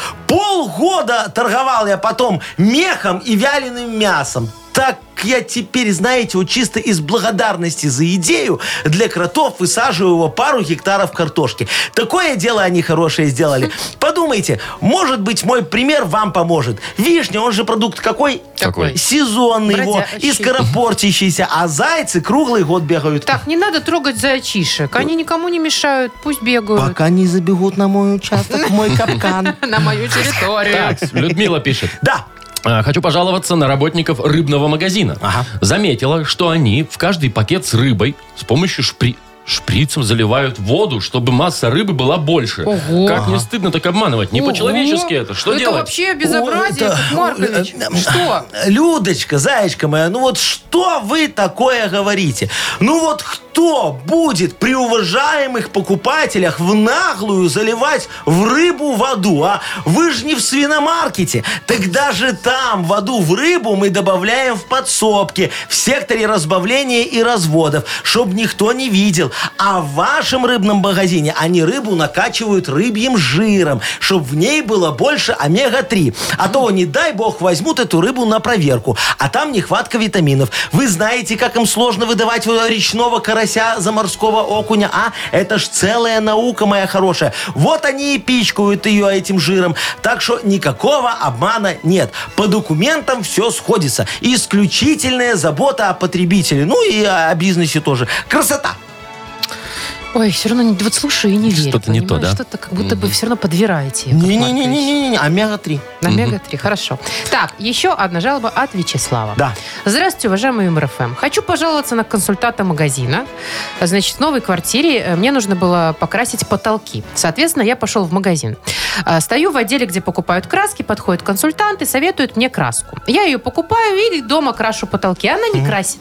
Speaker 4: Полгода торговал я потом мехом и вяленым мясом. Так я теперь, знаете, вот чисто из благодарности за идею для кротов высаживаю его пару гектаров картошки. Такое дело они хорошее сделали. Подумайте, может быть, мой пример вам поможет. Вишня, он же продукт какой?
Speaker 2: Какой?
Speaker 4: Сезонный его
Speaker 3: Бродячий.
Speaker 4: и скоропортящийся. А зайцы круглый год бегают.
Speaker 3: Так, не надо трогать зайчишек. Они никому не мешают. Пусть бегают.
Speaker 4: Пока не забегут на мой участок, в мой капкан.
Speaker 3: На мою территорию.
Speaker 2: Так, Людмила пишет.
Speaker 4: Да,
Speaker 2: А, Хочу пожаловаться на работников рыбного магазина.
Speaker 4: Ага.
Speaker 2: Заметила, что они в каждый пакет с рыбой с помощью шпри- шприцем заливают воду, чтобы масса рыбы была больше.
Speaker 3: Ого.
Speaker 2: Как не стыдно так обманывать? Не
Speaker 3: Ого.
Speaker 2: по-человечески это. Что
Speaker 3: это
Speaker 2: делать?
Speaker 3: вообще безобразие,
Speaker 4: Ой,
Speaker 3: Яков
Speaker 4: да.
Speaker 3: Маркович.
Speaker 4: Э, э,
Speaker 3: Что?
Speaker 4: Людочка, зайчка моя, ну вот что вы такое говорите? Ну вот кто будет при уважаемых покупателях в наглую заливать в рыбу воду, а? Вы же не в свиномаркете. Так даже там воду в рыбу мы добавляем в подсобке, в секторе разбавления и разводов, чтобы никто не видел. А в вашем рыбном магазине они рыбу накачивают рыбьим жиром, чтобы в ней было больше омега-3. А то, не дай бог, возьмут эту рыбу на проверку, а там нехватка витаминов. Вы знаете, как им сложно выдавать э, речного карася за морского окуня, а? Это ж целая наука, моя хорошая. Вот они и пичкают ее этим жиром. Так что никакого обмана нет. По документам все сходится. Исключительная забота о потребителе. Ну и о о бизнесе тоже. Красота!
Speaker 3: Ой, все равно, не- вот слушай и не верю.
Speaker 2: Что-то не то,
Speaker 3: понимаешь?
Speaker 2: да?
Speaker 3: Что-то как будто бы все равно подбираете. Яков Маркович.
Speaker 4: Не-не-не-не-не, омега-3.
Speaker 3: На Мега-3, хорошо. Так, еще одна жалоба от Вячеслава.
Speaker 4: Да.
Speaker 3: Здравствуйте, уважаемый МРФМ. Хочу пожаловаться на консультата магазина. Значит, в новой квартире э, мне нужно было покрасить потолки. Соответственно, я пошел в магазин. А, Стою в отделе, где покупают краски, подходит консультант и советует мне краску. Я ее покупаю и дома крашу потолки. Она не красит.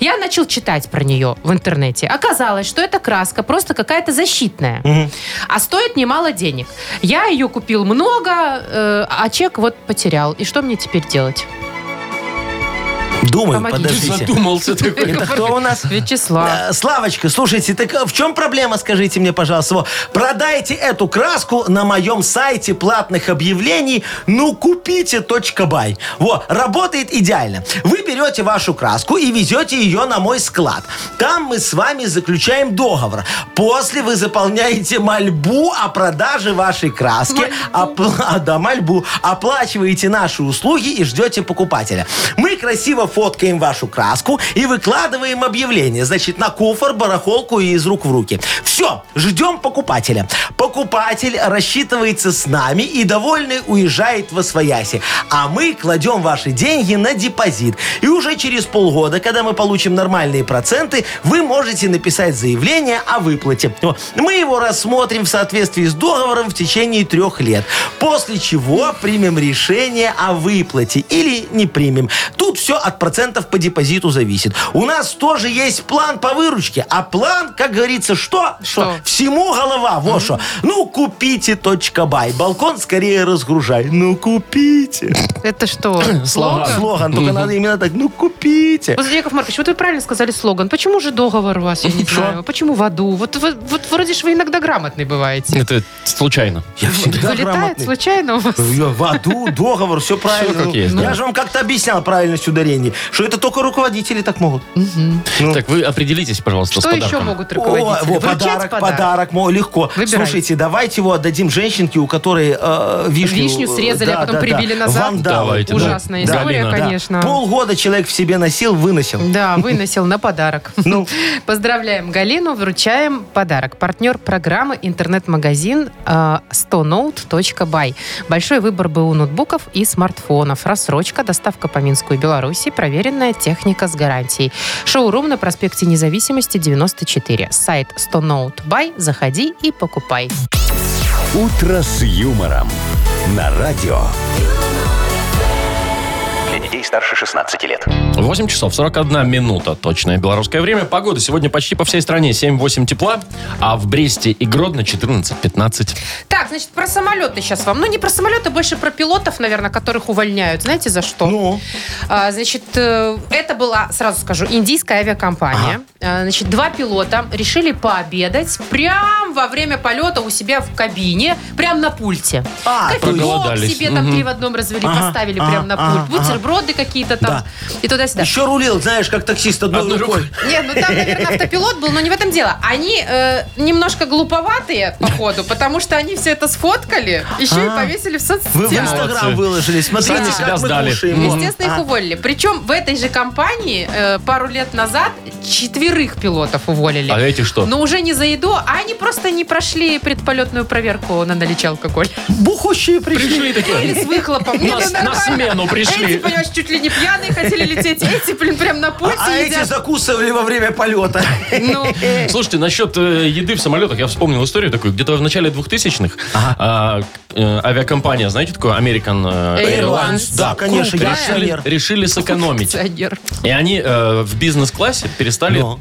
Speaker 3: Я начал читать про нее в интернете. Оказалось, что эта краска просто какая-то защитная. А стоит немало денег. Я ее купил много, э, а чек вот потерял. И что мне теперь делать?
Speaker 4: Думаю,
Speaker 3: Помогите.
Speaker 4: подождите.
Speaker 2: Задумался такой.
Speaker 4: Это кто у нас?
Speaker 3: Вячеслав.
Speaker 4: Э, Славочка, слушайте, так э, в чем проблема, скажите мне, пожалуйста. Во, Продайте эту краску на моем сайте платных объявлений ну купите .бай. Во, работает идеально. Вы берете вашу краску и везете ее на мой склад. Там мы с вами заключаем договор. После вы заполняете мольбу о продаже вашей краски. Опла- а, да, мольбу. Оплачиваете наши услуги и ждете покупателя. Мы красиво фоткаем вашу краску и выкладываем объявление. Значит, на куфор, барахолку и из рук в руки. Все, ждем покупателя. Покупатель рассчитывается с нами и довольный уезжает во свояси. А мы кладем ваши деньги на депозит. И уже через полгода, когда мы получим нормальные проценты, вы можете написать заявление о выплате. О, Мы его рассмотрим в соответствии с договором в течение трех лет. После чего примем решение о выплате или не примем. Тут все от процентов по депозиту зависит. У нас тоже есть план по выручке. А план, как говорится, что?
Speaker 3: Что?
Speaker 4: Всему голова. Вот что. Ну, купите точка бай. Балкон скорее разгружай. Ну, купите.
Speaker 3: Это что?
Speaker 2: Слова.
Speaker 3: Слоган?
Speaker 4: Слоган. Только надо именно так. Ну, купите.
Speaker 3: Вот, Яков Маркович, вот вы правильно сказали слоган. Почему же договор у вас, я не знаю. Почему в аду? Вот, вы- вот вроде же вы иногда грамотный бываете.
Speaker 2: Это случайно.
Speaker 4: Я всегда
Speaker 3: Вылетает
Speaker 4: грамотный.
Speaker 3: случайно у вас?
Speaker 4: Я В аду, договор, все правильно.
Speaker 2: как
Speaker 4: Ну,
Speaker 2: есть, да.
Speaker 4: Я же вам как-то объяснял правильность ударений, что это только руководители так могут. Ну.
Speaker 2: Так, вы определитесь, пожалуйста,
Speaker 3: Что
Speaker 2: с
Speaker 3: еще
Speaker 2: подарком.
Speaker 3: могут
Speaker 4: О,
Speaker 3: руководители?
Speaker 4: во,
Speaker 3: Вручать
Speaker 4: подарок, подарок, мол, легко.
Speaker 3: Выбирай.
Speaker 4: Слушайте, давайте его отдадим женщинке, у которой э, вишню...
Speaker 3: Вишню срезали, а потом прибили назад.
Speaker 4: Вандалы.
Speaker 2: Давайте, да.
Speaker 3: Ужасная
Speaker 2: Да.
Speaker 3: история,
Speaker 2: Галина.
Speaker 4: Да.
Speaker 3: конечно.
Speaker 4: Полгода человек в себе носил, выносил.
Speaker 3: Да, выносил на подарок.
Speaker 4: Ну.
Speaker 3: Поздравляем Галину, вручаем подарок. Партнер программы интернет-магазин э, 100note.by. Большой выбор БУ ноутбуков и смартфонов. Рассрочка, доставка по Минску и Беларуси, проверенная техника с гарантией. Шоурум на проспекте Независимости 94. Сайт 100note.by. Заходи и покупай.
Speaker 1: «Утро с юмором» на радио.
Speaker 5: Для детей старше 16 лет.
Speaker 2: 8 часов 41 минута, точное белорусское время. Погода сегодня почти по всей стране 7-8 тепла, а в Бресте и Гродно 14-15.
Speaker 3: Так, значит, про самолеты сейчас вам. Ну, не про самолеты, больше про пилотов, наверное, которых увольняют. Знаете, за что?
Speaker 4: Ну,
Speaker 3: А, Значит, э, это была, сразу скажу, индийская авиакомпания. А, Значит, два пилота решили пообедать прям во время полета у себя в кабине, прям на пульте.
Speaker 4: А,
Speaker 3: Кофеек
Speaker 2: проголодались.
Speaker 3: себе там
Speaker 2: Мгм.
Speaker 3: три в одном развели,
Speaker 4: Ага,
Speaker 3: поставили
Speaker 4: ага,
Speaker 3: прям на
Speaker 4: ага,
Speaker 3: пульт. Бутерброды какие-то там
Speaker 4: Да.
Speaker 3: и туда-сюда.
Speaker 4: еще рулил, знаешь, как таксист одной,
Speaker 2: Одной
Speaker 4: рукой.
Speaker 2: рукой.
Speaker 3: Нет, ну там, наверное, автопилот был, но не в этом дело. Они э, немножко глуповатые, походу, потому что они все это сфоткали, еще и
Speaker 4: А.
Speaker 3: повесили в
Speaker 4: Вы в
Speaker 3: соцсетях.
Speaker 4: Инстаграм
Speaker 2: Молодцы.
Speaker 4: выложили, смотрите,
Speaker 2: Сами
Speaker 4: как
Speaker 2: себя
Speaker 4: мы
Speaker 2: сдали.
Speaker 4: кушаем.
Speaker 2: Мгм.
Speaker 3: Естественно, их
Speaker 4: А.
Speaker 3: уволили. Причем в этой же компании э, пару лет назад четверых пилотов уволили.
Speaker 2: А эти что?
Speaker 3: Но уже не за еду, а они просто не прошли предполетную проверку на наличие алкоголя.
Speaker 4: Бухущие пришли.
Speaker 2: Пришли
Speaker 3: Или
Speaker 2: такие.
Speaker 3: с выхлопом.
Speaker 2: На,
Speaker 3: Нет, ну
Speaker 2: на
Speaker 3: нормально.
Speaker 2: смену
Speaker 3: Эти,
Speaker 2: пришли.
Speaker 3: понимаешь, чуть ли не пьяные хотели лететь. Эти, блин, прям на пульсе
Speaker 4: А эти
Speaker 3: едят.
Speaker 4: закусывали во время полета.
Speaker 3: Ну,
Speaker 2: Слушайте, насчет э, еды в самолетах, я вспомнил историю такую. Где-то в начале 2000-х а, к- э, авиакомпания, знаете, такое, American э,
Speaker 3: Airlines.
Speaker 2: Airlines, да,
Speaker 4: конечно, я
Speaker 2: решили,
Speaker 4: акционер.
Speaker 2: решили сэкономить.
Speaker 3: акционер.
Speaker 2: И они э, в бизнес-классе перестали,
Speaker 4: Но.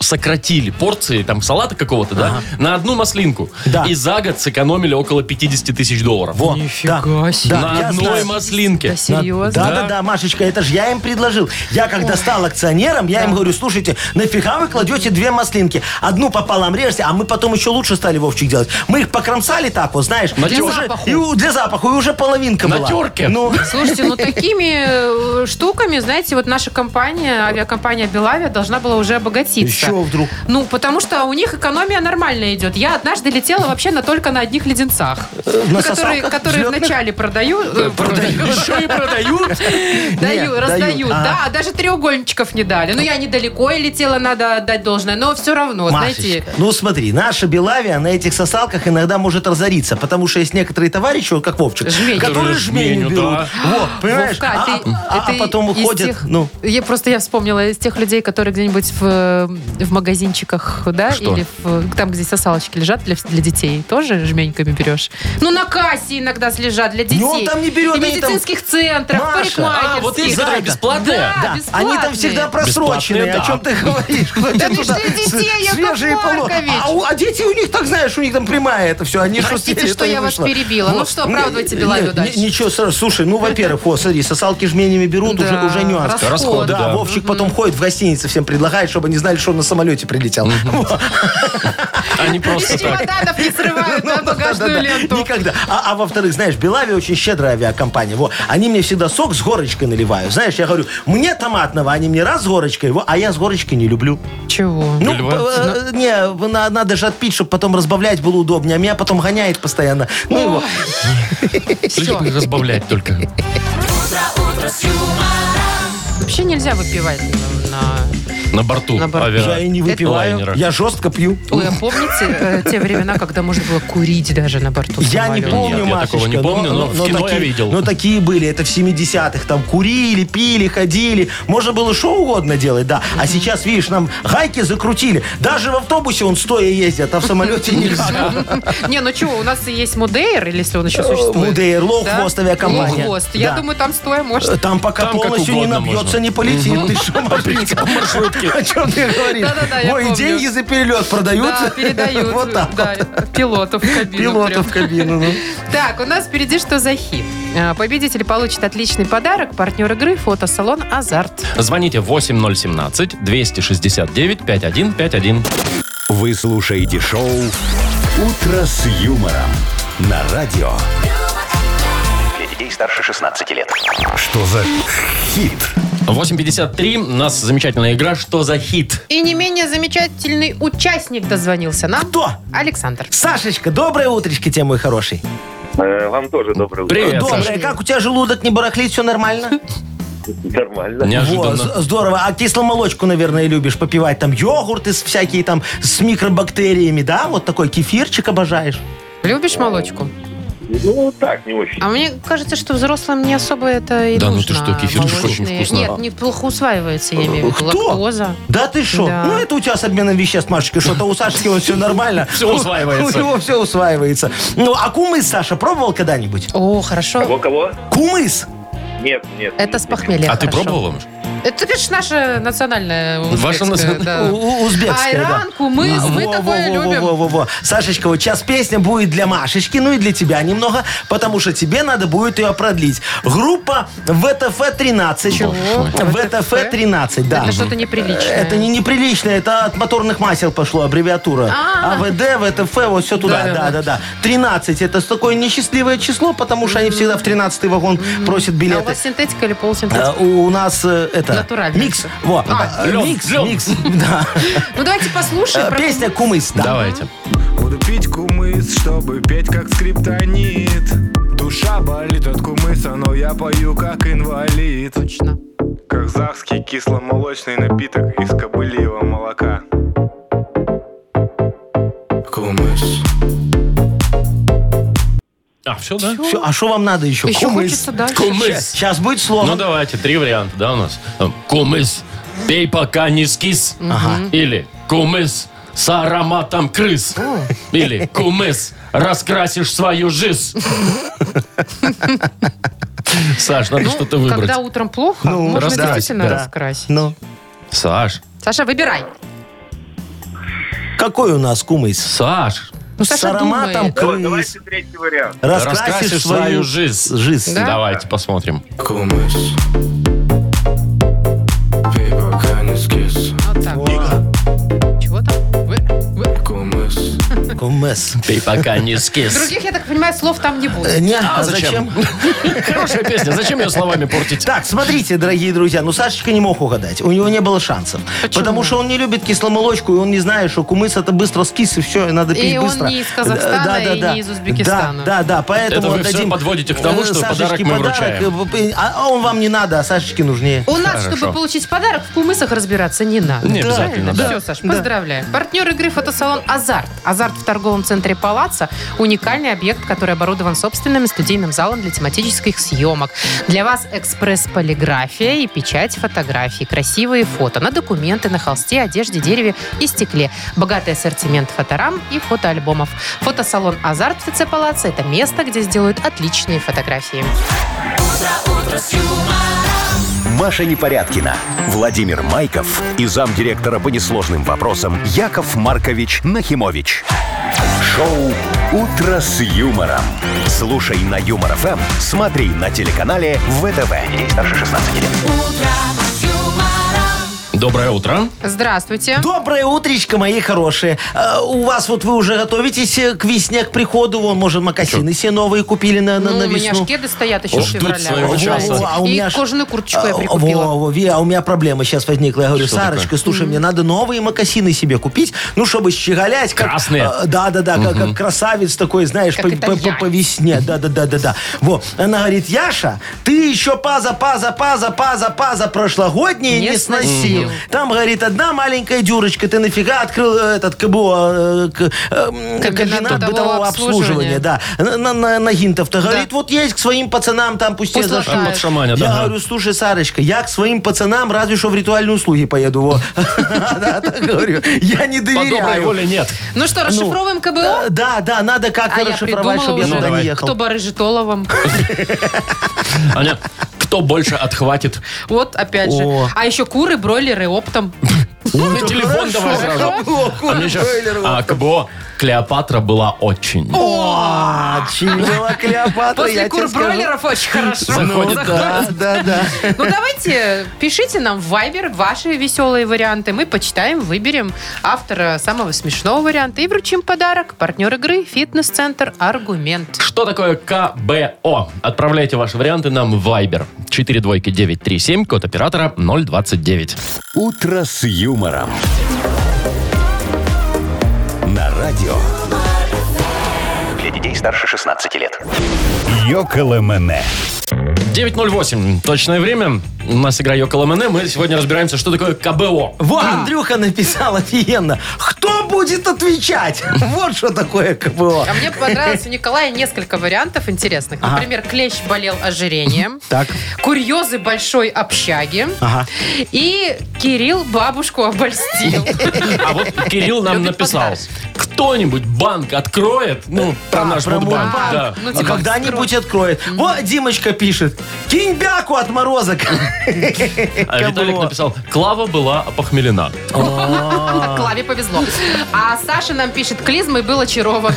Speaker 2: сократили порции там салата какого-то, да, на одну маслинку.
Speaker 4: Да.
Speaker 2: И за год сэкономили около 50 тысяч долларов.
Speaker 4: Во, да.
Speaker 3: себе.
Speaker 4: Да,
Speaker 2: на
Speaker 4: я
Speaker 2: одной
Speaker 4: знаю.
Speaker 2: маслинке.
Speaker 3: Да серьезно?
Speaker 4: Да, да, да, Машечка, это же я им предложил. Я когда стал акционером, я им говорю, слушайте, нафига вы кладете две маслинки? Одну пополам режьте, а мы потом еще лучше стали Вовчик делать. Мы их покромсали так вот, знаешь.
Speaker 2: На
Speaker 4: и
Speaker 2: терке.
Speaker 4: уже-
Speaker 3: запаху.
Speaker 4: и у- для запаха, и уже половинка
Speaker 2: На
Speaker 4: была.
Speaker 2: терке.
Speaker 4: Ну,
Speaker 3: Слушайте, ну такими э, штуками, знаете, вот наша компания, авиакомпания Белавия, должна была уже обогатиться.
Speaker 4: еще вдруг.
Speaker 3: Ну, потому что у них экономия нормально идет. Я однажды летела вообще на только на одних леденцах.
Speaker 4: Э,
Speaker 3: которые
Speaker 4: на сосалках
Speaker 3: которые
Speaker 4: взлетных?
Speaker 3: вначале продаю. э, продаю.
Speaker 2: Еще и продают.
Speaker 3: Даю,
Speaker 4: Нет,
Speaker 3: раздаю.
Speaker 4: дают.
Speaker 3: Да, а даже треугольничков не дали. Ну, я недалеко и летела, надо отдать должное. Но все равно, знаете...
Speaker 4: Машечка, ну смотри, наша Белавия на этих сосалках иногда может разориться, потому что есть некоторые товарищи, вот как Вовчик,
Speaker 3: Жмень.
Speaker 4: которые
Speaker 2: Которые жменью,
Speaker 4: жменью берут.
Speaker 2: да.
Speaker 4: Вот, понимаешь?
Speaker 3: Вовка,
Speaker 4: а,
Speaker 3: ты-
Speaker 4: а- а
Speaker 3: ты
Speaker 4: потом
Speaker 3: из
Speaker 4: уходят,
Speaker 3: тех-
Speaker 4: ну...
Speaker 3: Я просто я вспомнила из тех людей, которые где-нибудь в, в магазинчиках, да,
Speaker 2: Что?
Speaker 3: или в- э, там, где сосалочки лежат для, для детей, тоже жменьками берешь. Ну, на кассе иногда лежат для детей.
Speaker 4: Не, он Ну, а там не берет,
Speaker 3: И в
Speaker 4: они там-
Speaker 3: медицинских центрах,
Speaker 4: Маша,
Speaker 3: парикмахерских.
Speaker 2: А, вот эти, которые
Speaker 4: Зайка.
Speaker 2: бесплатные?
Speaker 3: Да.
Speaker 4: Они там
Speaker 3: бесплатные.
Speaker 4: всегда просроченные.
Speaker 2: Бесплатные,
Speaker 4: О чем
Speaker 2: да.
Speaker 4: ты говоришь? Да
Speaker 3: не жди детей, Яков Маркович.
Speaker 4: А у- а дети у них, так знаешь, у них там прямая это все. Они ж
Speaker 3: Простите,
Speaker 4: успели,
Speaker 3: что
Speaker 4: это не
Speaker 3: я вас
Speaker 4: вышло.
Speaker 3: перебила. Ну
Speaker 4: Вот.
Speaker 3: что, оправдывайте
Speaker 4: Не-
Speaker 3: Белавю
Speaker 4: не-
Speaker 3: дальше.
Speaker 4: Ничего, сразу. слушай, ну, во-первых, вот, смотри, сосалки жменями берут, уже,
Speaker 3: Да,
Speaker 4: уже нюанс.
Speaker 3: расходы.
Speaker 2: Расходы,
Speaker 4: да,
Speaker 2: да.
Speaker 4: Вовчик потом ходит в гостинице, всем предлагает, чтобы они знали, что он на самолете прилетел.
Speaker 2: А не просто
Speaker 3: Из
Speaker 2: так.
Speaker 3: чемоданов не срывают на
Speaker 4: ну,
Speaker 3: багажную
Speaker 4: Да-да-да,
Speaker 3: ленту.
Speaker 4: Никогда. А, а во-вторых, знаешь, Белави очень щедрая авиакомпания. Во, они мне всегда сок с горочкой наливают. Знаешь, я говорю, мне томатного, они мне раз с горочкой, во, а я с горочкой не люблю.
Speaker 3: Чего?
Speaker 4: Ну,
Speaker 2: Наливаются,
Speaker 4: э, э, не, на- надо же отпить, чтобы потом разбавлять было удобнее. А меня потом гоняет постоянно. Ну, его.
Speaker 2: Лишь бы разбавлять только.
Speaker 3: Вообще нельзя выпивать на...
Speaker 2: На борту
Speaker 3: На борту.
Speaker 2: авиа-
Speaker 4: Я и не выпиваю.
Speaker 2: лайнера.
Speaker 4: Я жестко пью.
Speaker 3: Ой, а помните э, те времена, когда можно было курить даже на борту
Speaker 4: Я не
Speaker 3: самолета?
Speaker 4: помню,
Speaker 2: Нет, я
Speaker 4: Машечка,
Speaker 2: такого не помню, но в кино я
Speaker 4: такие,
Speaker 2: видел.
Speaker 4: Но такие были, это в 70-х. Там курили, пили, ходили. Можно было что угодно делать, да. А сейчас, видишь, нам гайки закрутили. Даже в автобусе он стоя ездит, а в самолете нельзя.
Speaker 3: Не, ну чего, у нас и есть Мудейр, или если он еще существует.
Speaker 4: Мудейр,
Speaker 3: Да?
Speaker 4: лоу-хост авиакомпания.
Speaker 3: Лоукост. Я
Speaker 4: Да.
Speaker 3: думаю, там стоя может.
Speaker 4: Э, Там пока
Speaker 2: Там как
Speaker 4: полностью не
Speaker 2: угодно
Speaker 4: набьется,
Speaker 2: можно.
Speaker 4: не полетит. Ты что, Машенька? О чем ты говоришь?
Speaker 3: Да-да-да, я
Speaker 4: Ой, и
Speaker 3: помню.
Speaker 4: деньги за перелет продают.
Speaker 3: Да, передают. э,
Speaker 4: Вот так
Speaker 3: да,
Speaker 4: вот.
Speaker 3: Пилоту в кабину.
Speaker 4: Пилота
Speaker 3: прям.
Speaker 4: в кабину. ну.
Speaker 3: Так, у нас впереди что за хит? А, Победитель получит отличный подарок. Партнер игры фотосалон «Азарт».
Speaker 2: Звоните 8017-269-5151.
Speaker 1: Вы слушаете шоу «Утро с юмором» на радио.
Speaker 5: Для детей старше 16 лет.
Speaker 1: Что за хит?
Speaker 2: 8.53. У нас замечательная игра «Что за хит?».
Speaker 3: И не менее замечательный участник дозвонился нам.
Speaker 4: Кто?
Speaker 3: Александр.
Speaker 4: Сашечка, доброе утречко тебе, мой хороший.
Speaker 6: Вам тоже доброе утро.
Speaker 2: Привет, Саш.
Speaker 4: Доброе. Как у тебя желудок не барахлит, все нормально?
Speaker 6: Нормально.
Speaker 4: Во,
Speaker 2: Неожиданно.
Speaker 4: з- здорово. А кисломолочку, наверное, любишь попивать. Там йогурты с всякие там, с микробактериями, да? Вот такой кефирчик обожаешь.
Speaker 3: Любишь молочку?
Speaker 6: Ну, так, не очень.
Speaker 3: А мне кажется, что взрослым не особо это и
Speaker 2: Да ну
Speaker 3: нужно.
Speaker 2: ты что, кефирчик очень
Speaker 3: Молочные-
Speaker 2: вкусно.
Speaker 3: Нет, неплохо усваивается, я имею в виду.
Speaker 4: Кто?
Speaker 3: Лактоза.
Speaker 4: Да ты что?
Speaker 3: Да.
Speaker 4: Ну, это у тебя с обменом веществ, Машечка, что-то у Сашки он все нормально.
Speaker 2: Всё усваивается.
Speaker 4: У него все усваивается. Ну, а кумыс, Саша, пробовал когда-нибудь?
Speaker 3: О, хорошо.
Speaker 6: Кого-кого?
Speaker 4: Кумыс?
Speaker 6: Нет, нет.
Speaker 3: Это с похмелья.
Speaker 2: А ты
Speaker 3: хорошо.
Speaker 2: пробовала, Маш?
Speaker 3: Это, конечно, наша национальная
Speaker 2: Ваша
Speaker 3: узбекская,
Speaker 2: национальная.
Speaker 3: да.
Speaker 4: У- у- Узбекская, да.
Speaker 3: Э. Айран, кумыс, мы
Speaker 4: Во,
Speaker 3: такое
Speaker 4: во, во,
Speaker 3: любим.
Speaker 4: Во, во, во. Сашечка, вот сейчас песня будет для Машечки, ну и для тебя немного, потому что тебе надо будет ее продлить. Группа ВТФ-13.
Speaker 2: Чего?
Speaker 4: ВТФ-13, да.
Speaker 3: Это что-то неприличное.
Speaker 4: Э, Это не неприлично, это от моторных масел пошло аббревиатура.
Speaker 3: А.
Speaker 4: АВД, ВТФ, вот все туда,
Speaker 3: Да-да-да.
Speaker 4: да, да, да. 13 это такое несчастливое число, потому что они всегда в 13 вагон просят
Speaker 3: А у
Speaker 4: билеты.
Speaker 3: вас синтетика или полусинтетика?
Speaker 4: Э, У нас э, это...
Speaker 3: Натуральный.
Speaker 4: Микс. Во.
Speaker 3: А,
Speaker 4: Э,
Speaker 2: лён,
Speaker 4: микс,
Speaker 2: лён.
Speaker 4: микс. Да.
Speaker 3: Ну давайте послушаем.
Speaker 4: Э,
Speaker 3: про-
Speaker 4: Песня «Кумыс». да.
Speaker 2: Давайте.
Speaker 10: Буду пить кумыс, чтобы петь как скриптонит Душа болит от кумыса, но я пою как инвалид
Speaker 3: Точно.
Speaker 10: Казахский кисломолочный напиток из кобыльего молока Кумыс
Speaker 2: А, все, да?
Speaker 4: Всё, а что вам надо еще?
Speaker 3: Еще хочется дальше.
Speaker 2: Кумыс.
Speaker 4: Сейчас будет слово.
Speaker 2: Ну давайте, три варианта, да, у нас? Э, Кумыс, пей пока не скис. Или кумыс с ароматом крыс. Или кумыс, раскрасишь свою жизнь. Саш, надо что-то выбрать.
Speaker 3: Ну, Когда утром плохо, можно
Speaker 2: раскрасить,
Speaker 3: действительно
Speaker 2: да.
Speaker 3: раскрасить.
Speaker 4: Ну,
Speaker 2: Саш,
Speaker 3: Саша, выбирай.
Speaker 4: какой у нас кумыс?
Speaker 2: Саш,
Speaker 3: Ну, Саша
Speaker 4: С ароматом
Speaker 3: думает.
Speaker 4: крыс.
Speaker 6: третий вариант.
Speaker 4: Раскрасишь свою
Speaker 2: жизнь.
Speaker 4: жизнь.
Speaker 3: Да?
Speaker 2: Давайте посмотрим.
Speaker 10: Кумыс Пей пока не скис
Speaker 3: Вот так. Чего там? Вы- вы-
Speaker 10: Кумыс
Speaker 4: Кумыс.
Speaker 2: Пей пока не скис.
Speaker 3: Других, я так понимаю, слов там не
Speaker 4: Э,
Speaker 3: будет.
Speaker 4: Не,
Speaker 2: А
Speaker 4: а зачем?
Speaker 2: Хорошая песня. Зачем ее словами портить?
Speaker 4: Так, смотрите, дорогие друзья, ну Сашечка не мог угадать. У него не было шансов.
Speaker 3: Почему?
Speaker 4: Потому что он не любит кисломолочку, и он не знает, что кумыс это быстро скис, и все, и надо пить
Speaker 3: И он
Speaker 4: быстро.
Speaker 3: не из Казахстана, и не из Узбекистана.
Speaker 4: Да, да, да, поэтому
Speaker 2: Это вы
Speaker 4: отдадим,
Speaker 2: всё подводите к тому,
Speaker 4: э,
Speaker 2: что
Speaker 4: Сашечке
Speaker 2: подарок мы
Speaker 4: э, А а он вам не надо, а Сашечке нужнее.
Speaker 3: У нас,
Speaker 2: Хорошо.
Speaker 3: чтобы получить подарок, в кумысах разбираться не надо.
Speaker 2: Не обязательно, да.
Speaker 3: Все, Саш, поздравляем. Партнер игры фотосалон «Азарт». «Азарт» в торговом центре «Палаца» – уникальный объект, который оборудован собственным студийным залом для тематических съемок. Для вас экспресс-полиграфия и печать фотографий, красивые фото на документы, на холсте, одежде, дереве и стекле. Богатый ассортимент фоторам и фотоальбомов. Фотосалон «Азарт» в ТЦ «Палаца» – это место, где сделают отличные фотографии.
Speaker 1: Маша Непорядкина, Владимир Майков и замдиректора по несложным вопросам Яков Маркович Нахимович. Шоу «Утро с юмором». Слушай на Юмор ФМ, смотри на телеканале ВТВ. Здесь старше 16 лет.
Speaker 2: Доброе утро.
Speaker 3: Здравствуйте.
Speaker 4: Доброе утречко, мои хорошие. Э, у вас вот вы уже готовитесь э, к весне, к приходу. Вон,
Speaker 2: А
Speaker 4: может, макасины все новые купили на, на,
Speaker 3: Ну,
Speaker 4: на
Speaker 3: у меня
Speaker 4: весну.
Speaker 3: ж кеды стоят еще с
Speaker 2: Ждут
Speaker 3: февраля.
Speaker 2: своего
Speaker 3: вы
Speaker 2: часа.
Speaker 3: знаете.
Speaker 4: Во, а у меня
Speaker 3: И
Speaker 4: ж-
Speaker 3: кожаную курточку я
Speaker 4: А,
Speaker 3: прикупила.
Speaker 4: во, во, Ви, а у меня проблема сейчас возникла. Я говорю,
Speaker 2: Что такое?
Speaker 4: Сарочка, слушай, мне надо новые макасины себе купить, ну, чтобы щеголять. как-
Speaker 2: Красные?
Speaker 4: э, Да, да, да, как, как красавец такой, знаешь,
Speaker 3: Как
Speaker 4: по,
Speaker 3: это
Speaker 4: по-
Speaker 3: я.
Speaker 4: по весне. Да, да, да, да, да. Вот. Она говорит, Яша, ты еще паза, паза, паза, паза, паза прошлогодние
Speaker 3: Не
Speaker 4: не, сносил.
Speaker 3: сносил.
Speaker 4: Там, говорит, одна маленькая дюрочка, ты нафига открыл э, этот КБО, э, к- э,
Speaker 3: Кабинет
Speaker 4: м, кабинет
Speaker 3: бытового
Speaker 4: бытового
Speaker 3: обслуживания.
Speaker 4: обслуживания, да, на, на, на- на гинтов-то. Говорит, вот есть к своим пацанам, там пусть
Speaker 3: Пусть
Speaker 4: те зашьют.
Speaker 3: латают.
Speaker 2: Под шаманя,
Speaker 4: Я
Speaker 2: да.
Speaker 4: говорю, слушай, Сарочка, я к своим пацанам разве что в ритуальные услуги поеду. во. Да, так говорю. Я не
Speaker 2: По доброй
Speaker 4: доверяю.
Speaker 2: воле нет.
Speaker 3: Ну что, расшифровываем КБО?
Speaker 4: Э, Да, да, надо как-то
Speaker 3: а я
Speaker 4: расшифровать,
Speaker 3: придумала
Speaker 4: чтобы я
Speaker 3: уже,
Speaker 4: туда не
Speaker 3: кто
Speaker 4: ехал.
Speaker 3: барыжитоловым.
Speaker 2: Аня, кто больше отхватит?
Speaker 3: Вот, опять же.
Speaker 4: О.
Speaker 3: А еще куры, бройлеры оптом.
Speaker 2: На телефон давай сразу. А мне еще... А, КБО Клеопатра была очень.
Speaker 4: А, Чинила Клеопатра,
Speaker 3: После
Speaker 4: я тебе
Speaker 3: кур
Speaker 4: скажу.
Speaker 3: бройлеров очень хорошо.
Speaker 2: Заходит,
Speaker 4: Да, да, да.
Speaker 3: Ну давайте пишите нам в Viber ваши веселые варианты. Мы почитаем, выберем автора самого смешного варианта и вручим подарок. Партнер игры фитнес-центр «Аргумент».
Speaker 2: Что такое КБО? Отправляйте ваши варианты нам в Viber. 42937, код оператора 029.
Speaker 1: «Утро с юмором». На радио
Speaker 5: Для детей старше 16 лет.
Speaker 1: «Йоколэмэне».
Speaker 2: 908. Точное время. У нас игра Йокол МН. Мы сегодня разбираемся, что такое КБО.
Speaker 4: Вот Андрюха написал офигенно. Кто будет отвечать? Вот что такое КБО.
Speaker 3: А мне понравилось у Николая несколько вариантов интересных. Например, клещ болел ожирением.
Speaker 4: Так.
Speaker 3: Курьезы большой общаги.
Speaker 4: Ага.
Speaker 3: И Кирилл бабушку обольстил.
Speaker 2: А вот Кирилл нам
Speaker 3: Любит
Speaker 2: написал.
Speaker 3: подарки.
Speaker 2: Кто-нибудь банк откроет? Ну, про наш
Speaker 4: А, про мой
Speaker 2: Мудбанк.
Speaker 4: банк.
Speaker 2: Да.
Speaker 3: Ну,
Speaker 4: А
Speaker 3: типа,
Speaker 4: когда-нибудь откроет. Вот Димочка пишет. Кинь бяку от морозок.
Speaker 2: А Виталик
Speaker 4: КБО.
Speaker 2: написал, Клава была Ну, похмелена.
Speaker 3: Клаве повезло. А Саша нам пишет, клизмой был очарован.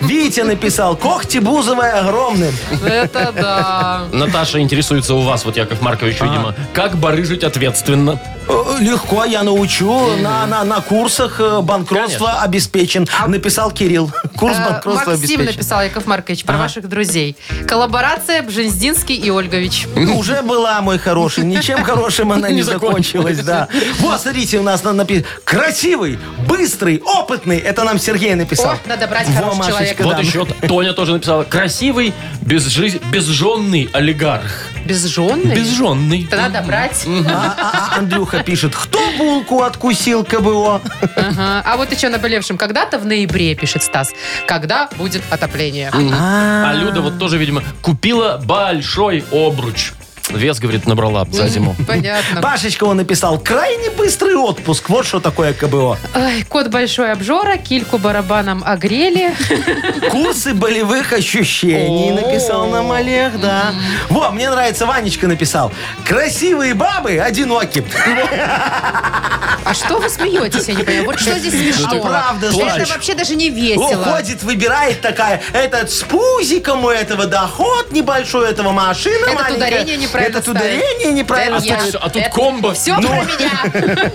Speaker 4: Витя написал. Когти Бузовой огромным.
Speaker 3: Это да.
Speaker 2: Наташа интересуется у вас, вот Яков
Speaker 4: А.
Speaker 2: Маркович, видимо, как барыжить ответственно.
Speaker 4: Э, Легко, я научу. На, на, на курсах э, банкротство обеспечен. Написал Кирилл. Курс
Speaker 3: Э,
Speaker 4: банкротства
Speaker 3: Максим
Speaker 4: обеспечен.
Speaker 3: написал, Яков Маркович, про ваших друзей. Коллаборация Бжензинский и Ольгович.
Speaker 4: Уже была, мой хороший. Ничем хорошим она не закончилась, да. Вот, смотрите, у нас написано. Красивый, быстрый, опытный. Это нам Сергей написал.
Speaker 3: О, надо брать
Speaker 4: Во,
Speaker 3: хорошего
Speaker 4: Машечка,
Speaker 3: человека.
Speaker 2: Вот
Speaker 4: да.
Speaker 2: еще Тоня тоже написала, красивый, безжи- безженный олигарх.
Speaker 3: Безженный?
Speaker 2: Безженный.
Speaker 3: Это надо брать.
Speaker 4: А- а- а Андрюха пишет, кто булку откусил КБО?
Speaker 3: Ага. А вот еще на болевшем когда-то в ноябре, пишет Стас, когда будет отопление.
Speaker 4: Ну,
Speaker 2: А Люда вот тоже, видимо, купила большой обруч. Вес, говорит, набрала за зиму.
Speaker 3: Понятно.
Speaker 4: Пашечка он написал, крайне быстрый отпуск. Вот что такое КБО.
Speaker 3: Ай, кот большой обжора, кильку барабаном огрели.
Speaker 4: Курсы болевых ощущений написал нам Олег, да. Во, мне нравится, Ванечка написал. Красивые бабы одиноки.
Speaker 3: А что вы смеетесь, я не понимаю. Вот что здесь смешного?
Speaker 4: правда,
Speaker 3: Это
Speaker 4: плачь.
Speaker 3: вообще даже не
Speaker 4: О,
Speaker 3: весело.
Speaker 4: ходит, выбирает такая, этот с пузиком у этого доход небольшой, этого машина
Speaker 3: Этот
Speaker 4: маленькая.
Speaker 3: ударение неправильно
Speaker 4: Этот
Speaker 3: ставит.
Speaker 4: ударение
Speaker 3: Да,
Speaker 4: неправильно
Speaker 2: А
Speaker 3: я-
Speaker 2: тут, всё- а тут комбо.
Speaker 3: Все про меня.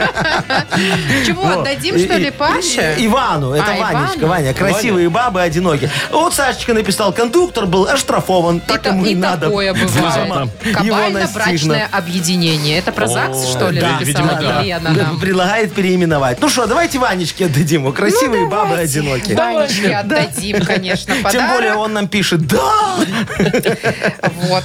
Speaker 3: Чего, отдадим, что
Speaker 4: Ну, И-
Speaker 3: ли,
Speaker 4: и-
Speaker 3: Паше?
Speaker 4: и- Ивану, это
Speaker 3: А,
Speaker 4: Ванечка,
Speaker 3: Ивану.
Speaker 4: Ваня. Красивые бабы одиноки. Вот Сашечка написал, кондуктор был оштрафован.
Speaker 3: И,
Speaker 4: Так
Speaker 3: та-
Speaker 4: ему и
Speaker 3: и
Speaker 4: надо.
Speaker 3: такое бывает.
Speaker 2: Драма.
Speaker 3: Кабально-брачное объединение. Это про ЗАГС, что ли,
Speaker 2: да,
Speaker 3: написала
Speaker 2: видимо, да.
Speaker 3: Лена
Speaker 4: Да,
Speaker 3: нам?
Speaker 4: Предлагает переименовать. Ну что, давайте Ванечке отдадим. его. Красивые
Speaker 3: Ну,
Speaker 4: бабы одиноки.
Speaker 3: Ванечке отдадим, конечно, подарок.
Speaker 4: Тем более он нам пишет, да!
Speaker 3: Вот.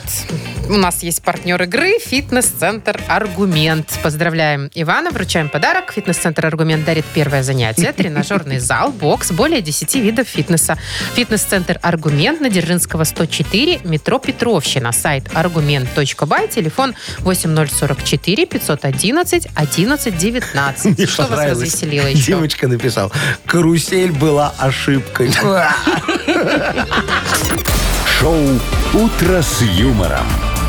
Speaker 3: У нас есть партнер игры «Фитнес-центр Аргумент». Поздравляем Ивана, вручаем подарок. «Фитнес-центр Аргумент» дарит первое занятие. Тренажерный зал, бокс, более 10 видов фитнеса. «Фитнес-центр Аргумент» на Дзержинского, 104, метро Петровщина. Сайт аргумент.бай, телефон 8044 511 1119. Что вас
Speaker 4: понравилось.
Speaker 3: развеселило еще?
Speaker 4: Девочка написал, карусель была ошибкой.
Speaker 1: Шоу «Утро с юмором»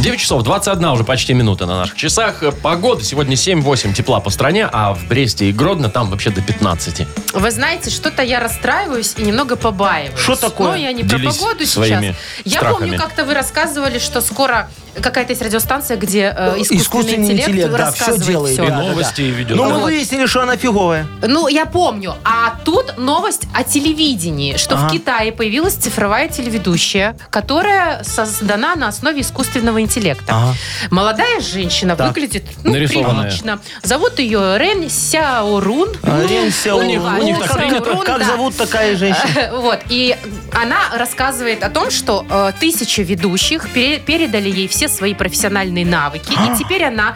Speaker 2: 9 часов 21 уже почти минута на наших часах. Погода сегодня 7-8 тепла по стране, а в Бресте и Гродно там вообще до 15.
Speaker 3: Вы знаете, что-то я расстраиваюсь и немного побаиваюсь.
Speaker 4: Что такое?
Speaker 3: Ну, я не про
Speaker 2: Делись
Speaker 3: погоду
Speaker 2: своими
Speaker 3: сейчас. Я
Speaker 2: страхами.
Speaker 3: помню, как-то вы рассказывали, что скоро какая-то есть радиостанция, где э, искусственный, интеллект,
Speaker 4: Ну, да, все
Speaker 3: рассказывает
Speaker 4: делает.
Speaker 3: всё.
Speaker 4: да, да, да.
Speaker 2: новости ведет.
Speaker 4: Ну, мы
Speaker 2: Вот.
Speaker 4: выяснили, что она фиговая.
Speaker 3: Ну, я помню. А тут новость о телевидении, что в
Speaker 4: Ага.
Speaker 3: Китае появилась цифровая телеведущая, которая создана на основе искусственного интеллекта.
Speaker 4: Ага.
Speaker 3: Молодая женщина
Speaker 4: Так.
Speaker 3: выглядит ну,
Speaker 2: Нарисованная.
Speaker 3: прилично. Зовут ее Рен Сяорун.
Speaker 4: А,
Speaker 3: Ну,
Speaker 4: Рен Сяорун.
Speaker 3: у них-
Speaker 4: Ну,
Speaker 3: у них
Speaker 4: как
Speaker 3: так
Speaker 4: принято.
Speaker 3: Сяорун,
Speaker 4: Как
Speaker 3: да.
Speaker 4: зовут такая женщина?
Speaker 3: Вот, и она рассказывает о том, что э, тысячи ведущих пере- передали ей все свои профессиональные навыки,
Speaker 4: А.
Speaker 3: и теперь она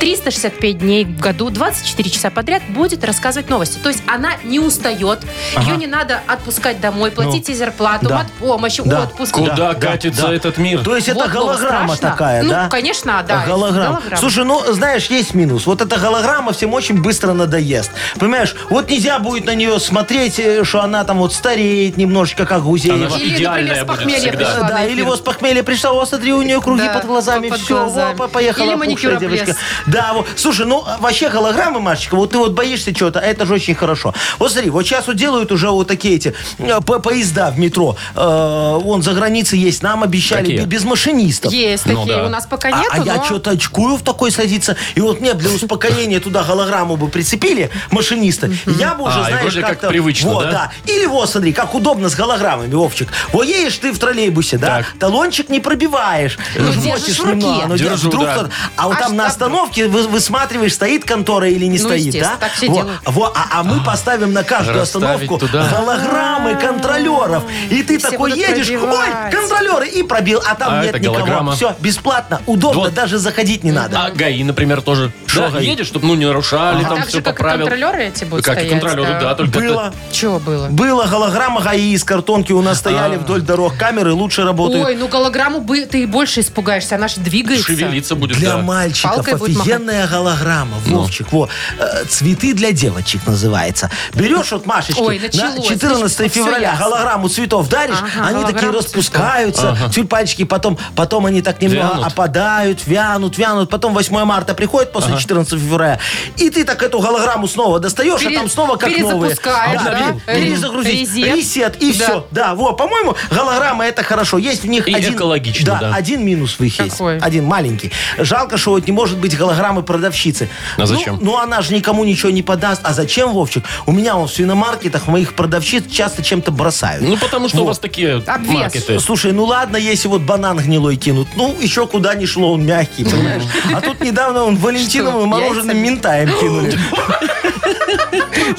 Speaker 3: 365 дней в году, 24 часа подряд будет рассказывать новости. То есть она не устает, ее не надо отпускать домой, платить ей зарплату,
Speaker 4: Ну, да.
Speaker 3: помощь,
Speaker 4: Да.
Speaker 3: отпуск.
Speaker 2: Куда
Speaker 4: Да, да,
Speaker 2: катится
Speaker 4: да.
Speaker 2: этот мир?
Speaker 4: То есть это
Speaker 3: Вот было
Speaker 4: голограмма
Speaker 3: страшно.
Speaker 4: такая,
Speaker 3: Ну,
Speaker 4: да?
Speaker 3: конечно, да,
Speaker 4: Голограмма.
Speaker 3: голограмма.
Speaker 4: Слушай, ну, знаешь, есть минус. Вот эта голограмма всем очень быстро надоест. Понимаешь, вот нельзя будет на нее смотреть, э, что она там вот стареет немножечко, как Гузеева.
Speaker 2: Она же
Speaker 3: Или,
Speaker 2: идеальная
Speaker 3: например, с
Speaker 2: будет
Speaker 3: похмелья
Speaker 2: всегда.
Speaker 3: пришла.
Speaker 4: Да,
Speaker 3: на эфир.
Speaker 4: или вот с похмелья пришла, о, смотри, у нее круги
Speaker 3: Да,
Speaker 4: под глазами,
Speaker 3: под
Speaker 4: все,
Speaker 3: глазами.
Speaker 4: Во, по- поехала
Speaker 3: Или
Speaker 4: опухшая
Speaker 3: маникюр облез.
Speaker 4: девочка. Да, вот, слушай, ну, а вообще голограммы, Машечка, вот ты вот боишься чего-то, а это же очень хорошо. Вот смотри, вот сейчас вот делают уже вот такие эти э, по- поезда в метро, Э, вон за границей есть, нам обещали,
Speaker 2: Какие?
Speaker 4: бе- без машинистов.
Speaker 3: Есть
Speaker 2: Ну
Speaker 3: такие,
Speaker 2: да.
Speaker 3: у нас пока
Speaker 4: А-
Speaker 3: нету,
Speaker 4: а, я
Speaker 3: но-
Speaker 4: что-то очкую в такой садиться, и вот мне б для успокоения туда голограмму бы прицепили машиниста, и я бы уже,
Speaker 2: А, и
Speaker 4: знаешь,
Speaker 2: вроде как
Speaker 4: как-то...
Speaker 2: привычно,
Speaker 4: вот,
Speaker 2: да?
Speaker 4: Или вот, смотри, как удобно с голограммами, Вовчик. Вот едешь ты в троллейбусе, да,
Speaker 2: Так.
Speaker 4: талончик не пробиваешь.
Speaker 3: Ну,
Speaker 4: жмотишь
Speaker 3: держишь в руке.
Speaker 4: немного, но
Speaker 2: Держу,
Speaker 4: вдруг
Speaker 2: да.
Speaker 4: тот- А вот
Speaker 3: А
Speaker 4: там на
Speaker 3: что-
Speaker 4: остановке вы- высматриваешь, стоит контора или не
Speaker 3: Ну,
Speaker 4: стоит,
Speaker 3: естественно,
Speaker 4: да?
Speaker 3: так все
Speaker 4: Во,
Speaker 3: делают.
Speaker 4: во, а, а мы поставим на каждую
Speaker 2: Расставить
Speaker 4: остановку
Speaker 2: туда.
Speaker 4: голограммы контролеров. И ты
Speaker 3: все
Speaker 4: такой
Speaker 3: будут
Speaker 4: едешь, ой,
Speaker 3: пробивать.
Speaker 4: контролеры, и пробил, а там
Speaker 2: А
Speaker 4: нет
Speaker 2: это
Speaker 4: никого.
Speaker 2: голограмма.
Speaker 4: Все, бесплатно, удобно,
Speaker 2: Вот.
Speaker 4: даже заходить не надо.
Speaker 2: А ГАИ, например, тоже.
Speaker 4: Шо
Speaker 2: Да,
Speaker 4: ГАИ?
Speaker 2: едешь, чтобы ну, не нарушали, там
Speaker 3: так
Speaker 2: все
Speaker 3: же,
Speaker 2: по
Speaker 3: как и
Speaker 2: правилам.
Speaker 3: контролеры эти будут
Speaker 2: Как и
Speaker 3: стоять.
Speaker 2: контролеры, да, только...
Speaker 4: Было.
Speaker 2: А, это-
Speaker 3: Чего было?
Speaker 4: Было голограмма ГАИ из картонки у нас
Speaker 2: А.
Speaker 4: стояли вдоль дорог, камеры лучше работают.
Speaker 3: Ой, ну голограмму бы ты и больше испугаешься, она же двигается.
Speaker 2: Шевелиться будет, э, Ну.
Speaker 4: Для
Speaker 2: да.
Speaker 4: мальчиков
Speaker 3: Палкой будет
Speaker 4: офигенная голограмма, Вовчик. Во. Э, Цветы для девочек называется. Берешь вот Машечки
Speaker 3: Ой,
Speaker 4: на
Speaker 3: началось.
Speaker 4: 14
Speaker 3: Всё
Speaker 4: февраля
Speaker 3: ясно.
Speaker 4: голограмму цветов даришь,
Speaker 3: Ага,
Speaker 4: они такие
Speaker 3: голограмму
Speaker 4: распускаются, тюльпанчики потом, потом они так немного
Speaker 2: Вянут.
Speaker 4: опадают, вянут, вянут. Потом 8 марта приходит после 14 февраля, и ты так эту голограмму снова достаешь,
Speaker 3: Пере-
Speaker 4: а там снова как новые.
Speaker 3: перезапускаешь,
Speaker 4: Да,
Speaker 3: да? Э,
Speaker 4: Перезагрузить.
Speaker 3: Резет.
Speaker 4: Ресет, и
Speaker 3: Да.
Speaker 4: все. Да, во, по-моему, голограмма это хорошо. Есть в них
Speaker 2: И
Speaker 4: один...
Speaker 2: экологично, да.
Speaker 4: один минус в их есть.
Speaker 3: Какой?
Speaker 4: Один маленький. Жалко, что вот не может быть голограммы продавщицы.
Speaker 2: А зачем?
Speaker 4: Ну, ну, она же никому ничего не подаст. А зачем, Вовчик? У меня вон в свиномаркетах моих продавщиц часто чем-то бросают.
Speaker 2: Ну, потому что у
Speaker 4: Вот.
Speaker 2: вас такие
Speaker 3: Обвес.
Speaker 2: маркеты.
Speaker 4: Слушай, ну ладно, если вот банан гнилой кинут. Ну, еще куда ни шло, он мягкий, понимаешь? А тут недавно он валентиновым
Speaker 3: Что,
Speaker 4: мороженым
Speaker 3: яйцами?
Speaker 4: ментаем кинули.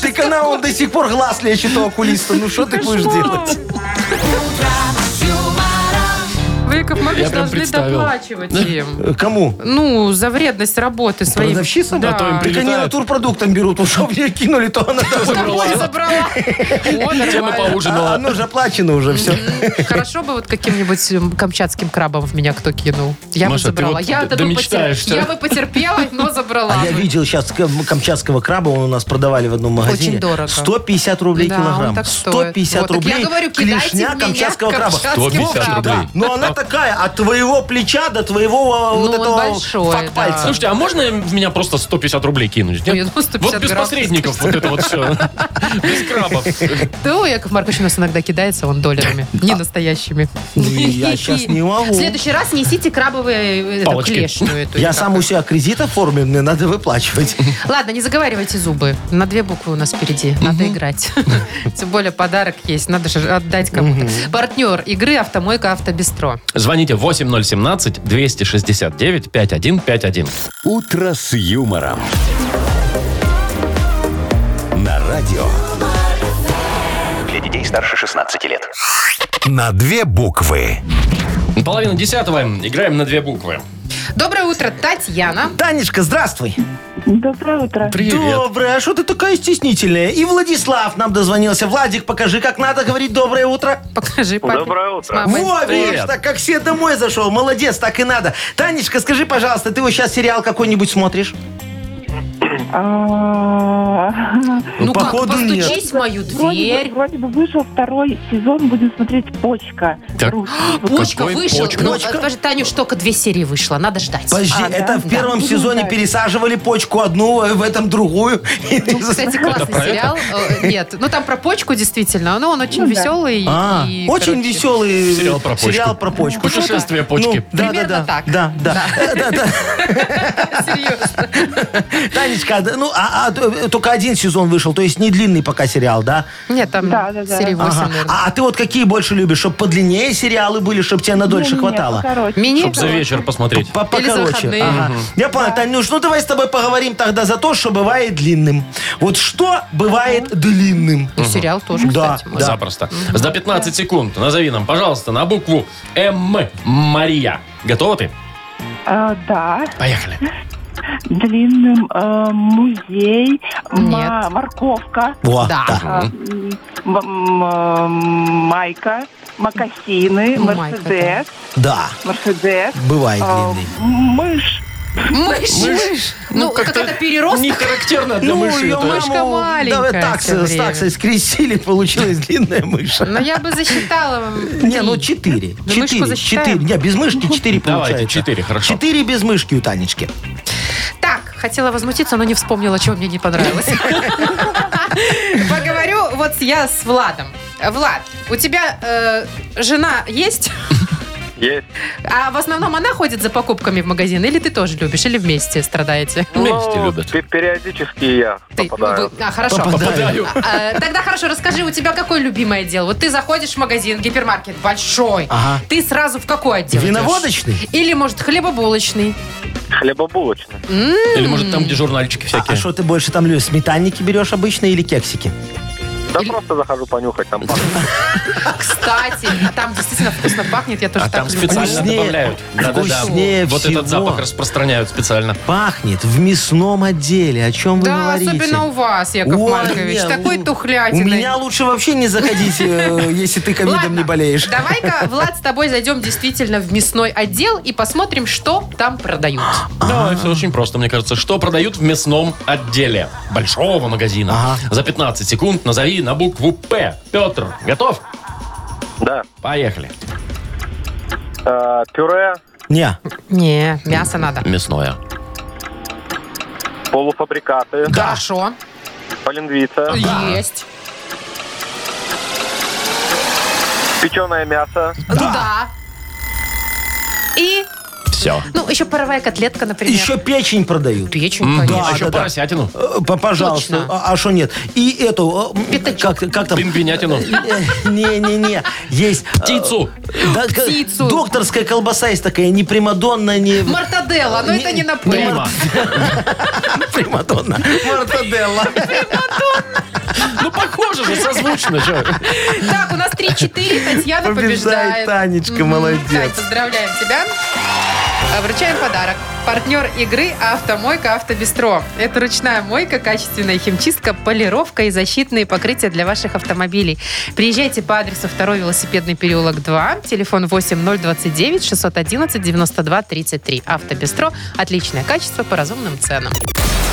Speaker 4: Так она он до сих пор глаз лечит у окулиста. Ну, что ты будешь делать?
Speaker 3: Вы, Яков Маркович,
Speaker 2: Я прям
Speaker 3: должны
Speaker 2: представил.
Speaker 3: доплачивать им.
Speaker 4: Э, Кому?
Speaker 3: Ну, за вредность работы своей.
Speaker 4: Продавщицам?
Speaker 3: Да.
Speaker 2: А то им
Speaker 4: Так они
Speaker 2: прилетают.
Speaker 4: натурпродуктом берут. Вот что в нее кинули, то она
Speaker 3: Ой, забрала. О,
Speaker 2: Тема
Speaker 3: нормально.
Speaker 4: А,
Speaker 2: поужинала.
Speaker 4: Оно же оплачено уже все.
Speaker 3: Хорошо бы вот каким-нибудь эм, камчатским крабом в меня кто кинул. Я
Speaker 2: Маша,
Speaker 3: бы
Speaker 2: ты
Speaker 3: забрала.
Speaker 2: вот
Speaker 3: я,
Speaker 2: д-
Speaker 3: это бы
Speaker 2: домечтаешься.
Speaker 3: потер- я бы потерпела, но забрала.
Speaker 4: А я
Speaker 3: бы.
Speaker 4: видел сейчас камчатского краба, он у нас продавали в одном магазине.
Speaker 3: Очень дорого.
Speaker 4: 150 рублей
Speaker 3: Да, он
Speaker 4: килограмм.
Speaker 3: так стоит.
Speaker 4: 150
Speaker 3: Вот, так
Speaker 4: рублей
Speaker 3: я говорю, кидайте в
Speaker 4: клешня
Speaker 3: меня
Speaker 4: камчатского краба.
Speaker 3: камчатского
Speaker 2: 150
Speaker 3: краба.
Speaker 2: рублей.
Speaker 4: Да, но она такая, от твоего плеча до твоего а, вот
Speaker 3: Ну, он
Speaker 4: этого
Speaker 3: большой,
Speaker 4: фак
Speaker 3: да.
Speaker 4: пальца.
Speaker 2: Слушайте, а можно в меня просто 150 рублей кинуть?
Speaker 3: Ой,
Speaker 2: Нет?
Speaker 3: ну,
Speaker 2: вот
Speaker 3: 150
Speaker 2: без
Speaker 3: грамм.
Speaker 2: посредников вот это вот все. Без крабов.
Speaker 3: Да, у Яков Маркович у нас иногда кидается он долларами, не настоящими.
Speaker 4: Не, Ну, я щас не могу.
Speaker 3: В следующий раз несите крабовые э, эту,
Speaker 2: Палочки.
Speaker 3: клешню эту.
Speaker 4: Я
Speaker 3: или
Speaker 4: сам
Speaker 3: как.
Speaker 4: у себя кредит оформлю, мне надо выплачивать.
Speaker 3: Ладно, не заговаривайте зубы. На две буквы у нас впереди. Надо играть. Тем более подарок есть. Надо же отдать кому-то. Партнер игры «Автомойка Автобестро».
Speaker 2: Звоните 8017-269-5151.
Speaker 1: «Утро с юмором». На радио.
Speaker 5: Для детей старше 16 лет.
Speaker 1: На две буквы.
Speaker 2: Половина десятого. Играем на две буквы.
Speaker 3: Доброе утро, Татьяна.
Speaker 4: Танечка, здравствуй.
Speaker 11: Доброе утро.
Speaker 2: Привет.
Speaker 4: Доброе, а что ты такая стеснительная? И Владислав нам дозвонился. Владик, покажи, как надо говорить доброе утро.
Speaker 3: Покажи папе.
Speaker 7: Доброе
Speaker 3: с
Speaker 7: утро.
Speaker 3: мамой.
Speaker 4: Во,
Speaker 2: Привет.
Speaker 4: видишь, так как все домой зашел. Молодец, так и надо. Танечка, скажи, пожалуйста, ты вот сейчас сериал какой-нибудь смотришь?
Speaker 3: Ну, как,
Speaker 4: походу, нет.
Speaker 3: постучись в мою
Speaker 11: Вроде бы,
Speaker 3: дверь.
Speaker 11: А, вроде бы вышел второй сезон, будем смотреть «Почка».
Speaker 2: Так.
Speaker 11: русский. Вот
Speaker 3: Почка
Speaker 2: Какой
Speaker 3: вышла.
Speaker 2: почка?
Speaker 3: Ну,
Speaker 4: Почка?
Speaker 3: а, подожди, Танюш, только две серии вышла, надо ждать.
Speaker 4: Подожди,
Speaker 11: А,
Speaker 4: это
Speaker 11: да,
Speaker 4: в
Speaker 11: да.
Speaker 4: первом
Speaker 11: Будем
Speaker 4: сезоне
Speaker 11: ждать.
Speaker 4: пересаживали почку одну, э, в этом другую.
Speaker 3: Ну, кстати, классный
Speaker 2: про это?
Speaker 3: сериал. Э, Нет, ну там про почку действительно, но он очень
Speaker 11: Ну, да.
Speaker 3: веселый.
Speaker 4: А,
Speaker 3: и,
Speaker 4: очень
Speaker 3: короче,
Speaker 4: веселый
Speaker 2: Сериал про почку.
Speaker 4: сериал про почку.
Speaker 2: Путешествие
Speaker 4: Ну,
Speaker 2: почки.
Speaker 4: да,
Speaker 3: Примерно
Speaker 4: да, да.
Speaker 3: так.
Speaker 4: Да, Э, да.
Speaker 3: Серьезно.
Speaker 4: Танечка, да, ну, а, а, э, только один сезон вышел, то есть не длинный пока сериал, да?
Speaker 3: Нет, там
Speaker 11: Да, да, да.
Speaker 3: серии 8,
Speaker 4: Ага. А, а ты вот какие больше любишь, чтобы подлиннее сериалы были, чтобы тебе на дольше
Speaker 11: Не-не-не,
Speaker 4: хватало?
Speaker 11: покороче.
Speaker 3: Мини?
Speaker 2: Чтоб за вечер посмотреть.
Speaker 4: По-
Speaker 3: Или за
Speaker 4: Покороче.
Speaker 3: выходные.
Speaker 4: Ага. Я понял, Танюш, ну давай с тобой поговорим тогда за то, что бывает длинным. Вот что бывает длинным?
Speaker 3: Ну, сериал тоже,
Speaker 4: Да,
Speaker 3: кстати. может.
Speaker 4: да.
Speaker 2: Запросто. За 15 секунд назови нам, пожалуйста, на букву М. Мария. Готова ты?
Speaker 11: А, да,
Speaker 2: Поехали.
Speaker 11: длинным э, музей, ма-
Speaker 3: Нет.
Speaker 11: морковка,
Speaker 4: Во,
Speaker 3: Да.
Speaker 4: да.
Speaker 11: а, м, м, м, майка, макасины,
Speaker 3: Ну, майка,
Speaker 11: мерседес,
Speaker 4: да.
Speaker 11: мерседес,
Speaker 4: Бывает
Speaker 11: а,
Speaker 4: длинный.
Speaker 11: мышь.
Speaker 3: Мышь. Ну, как
Speaker 2: как-то
Speaker 3: это переросток.
Speaker 2: Не характерно для
Speaker 4: Ну,
Speaker 2: мыши.
Speaker 4: ее
Speaker 2: это.
Speaker 3: мышка
Speaker 4: маму,
Speaker 3: маленькая
Speaker 4: да, так,
Speaker 3: всё
Speaker 4: с
Speaker 3: время.
Speaker 4: таксой скрестили, получилась длинная мыша.
Speaker 3: Но я бы засчитала.
Speaker 4: Не, ну
Speaker 3: три.
Speaker 4: четыре.
Speaker 3: Да мышку
Speaker 4: Четыре.
Speaker 3: засчитаем.
Speaker 4: Четыре. Не, без мышки четыре
Speaker 2: Давайте,
Speaker 4: получается.
Speaker 2: четыре, хорошо.
Speaker 4: Четыре без мышки у Танечки.
Speaker 3: Так, хотела возмутиться, но не вспомнила, чего мне не понравилось. Поговорю вот я с Владом. Влад, у тебя э, жена есть?
Speaker 6: Есть.
Speaker 3: А в основном она ходит за покупками в магазин? Или ты тоже любишь? Или вместе страдаете?
Speaker 2: Вместе
Speaker 6: Ну,
Speaker 2: любят.
Speaker 6: пе- периодически я
Speaker 3: Ты-
Speaker 6: попадаю.
Speaker 3: ну, вы- а, хорошо.
Speaker 2: Попадаю.
Speaker 3: А, тогда хорошо, расскажи, у тебя какое любимое дело? Вот ты заходишь в магазин, гипермаркет большой.
Speaker 4: Ага.
Speaker 3: Ты сразу в какой отдел? идешь?
Speaker 4: Виноводочный?
Speaker 3: Или, может, хлебобулочный?
Speaker 6: Хлебобулочный.
Speaker 2: Или, может, там, где журнальчики
Speaker 4: А- А
Speaker 2: всякие.
Speaker 4: что ты больше там любишь? Сметанники берешь обычно или кексики?
Speaker 6: Да просто захожу понюхать там.
Speaker 3: Кстати, а там действительно вкусно пахнет, я тоже
Speaker 2: А
Speaker 3: так
Speaker 2: там
Speaker 3: люблю.
Speaker 2: специально
Speaker 4: Вкуснее.
Speaker 2: добавляют.
Speaker 4: Вкуснее
Speaker 2: Вот
Speaker 4: всего.
Speaker 2: этот запах распространяют специально.
Speaker 4: Пахнет в мясном отделе. О чем вы
Speaker 3: Да,
Speaker 4: говорите?
Speaker 3: особенно у вас, Яков
Speaker 4: Ой,
Speaker 3: Маркович.
Speaker 4: не,
Speaker 3: Такой
Speaker 4: у- У
Speaker 3: тухлятиной.
Speaker 4: меня лучше вообще не заходить, э, если ты ковидом
Speaker 3: Ладно,
Speaker 4: не болеешь.
Speaker 3: Давай-ка, Влад, с тобой зайдем действительно в мясной отдел и посмотрим, что там продают.
Speaker 2: Да, все очень просто, мне кажется. Что продают в мясном отделе большого магазина?
Speaker 4: Ага.
Speaker 2: За 15 секунд назови на букву П. Петр, готов?
Speaker 6: Да.
Speaker 2: Поехали.
Speaker 6: Э, Пюре,
Speaker 4: Не.
Speaker 3: Не, мясо надо.
Speaker 2: Мясное.
Speaker 6: полуфабрикаты,
Speaker 3: Хорошо.
Speaker 6: полингвица,
Speaker 3: Есть.
Speaker 6: печеное мясо,
Speaker 3: Ну Да. И,
Speaker 2: Все.
Speaker 3: ну, еще паровая котлетка, например.
Speaker 4: Еще печень продают.
Speaker 3: печень, конечно.
Speaker 2: А еще
Speaker 4: да, да.
Speaker 2: поросятину.
Speaker 4: Э, п- Пожалуйста.
Speaker 3: Точно.
Speaker 4: А а что нет? И эту... э, м,
Speaker 3: Пятачок.
Speaker 4: Как, как там?
Speaker 2: Пингвинятину.
Speaker 4: Э, Не-не-не. Есть... э,
Speaker 2: Птицу.
Speaker 4: да, к-
Speaker 3: Птицу.
Speaker 4: Докторская колбаса есть такая, не примадонна, не...
Speaker 3: Мартаделла, но
Speaker 4: Не-
Speaker 3: это не на П.
Speaker 2: Прима.
Speaker 4: Примадонна. Мартаделла.
Speaker 2: Ну, похоже же, созвучно. чё.
Speaker 3: Так, у нас 3-4, Татьяна
Speaker 4: Побеждает
Speaker 3: побеждает.
Speaker 4: Танечка,
Speaker 3: Мгм.
Speaker 4: молодец.
Speaker 3: Тань, поздравляем тебя. А, Вручаем подарок. Партнер игры «Автомойка Автобестро». Это ручная мойка, качественная химчистка, полировка и защитные покрытия для ваших автомобилей. Приезжайте по адресу 2 велосипедный переулок 2, телефон 8029 611 92 33. «Автобестро» – отличное качество по разумным ценам.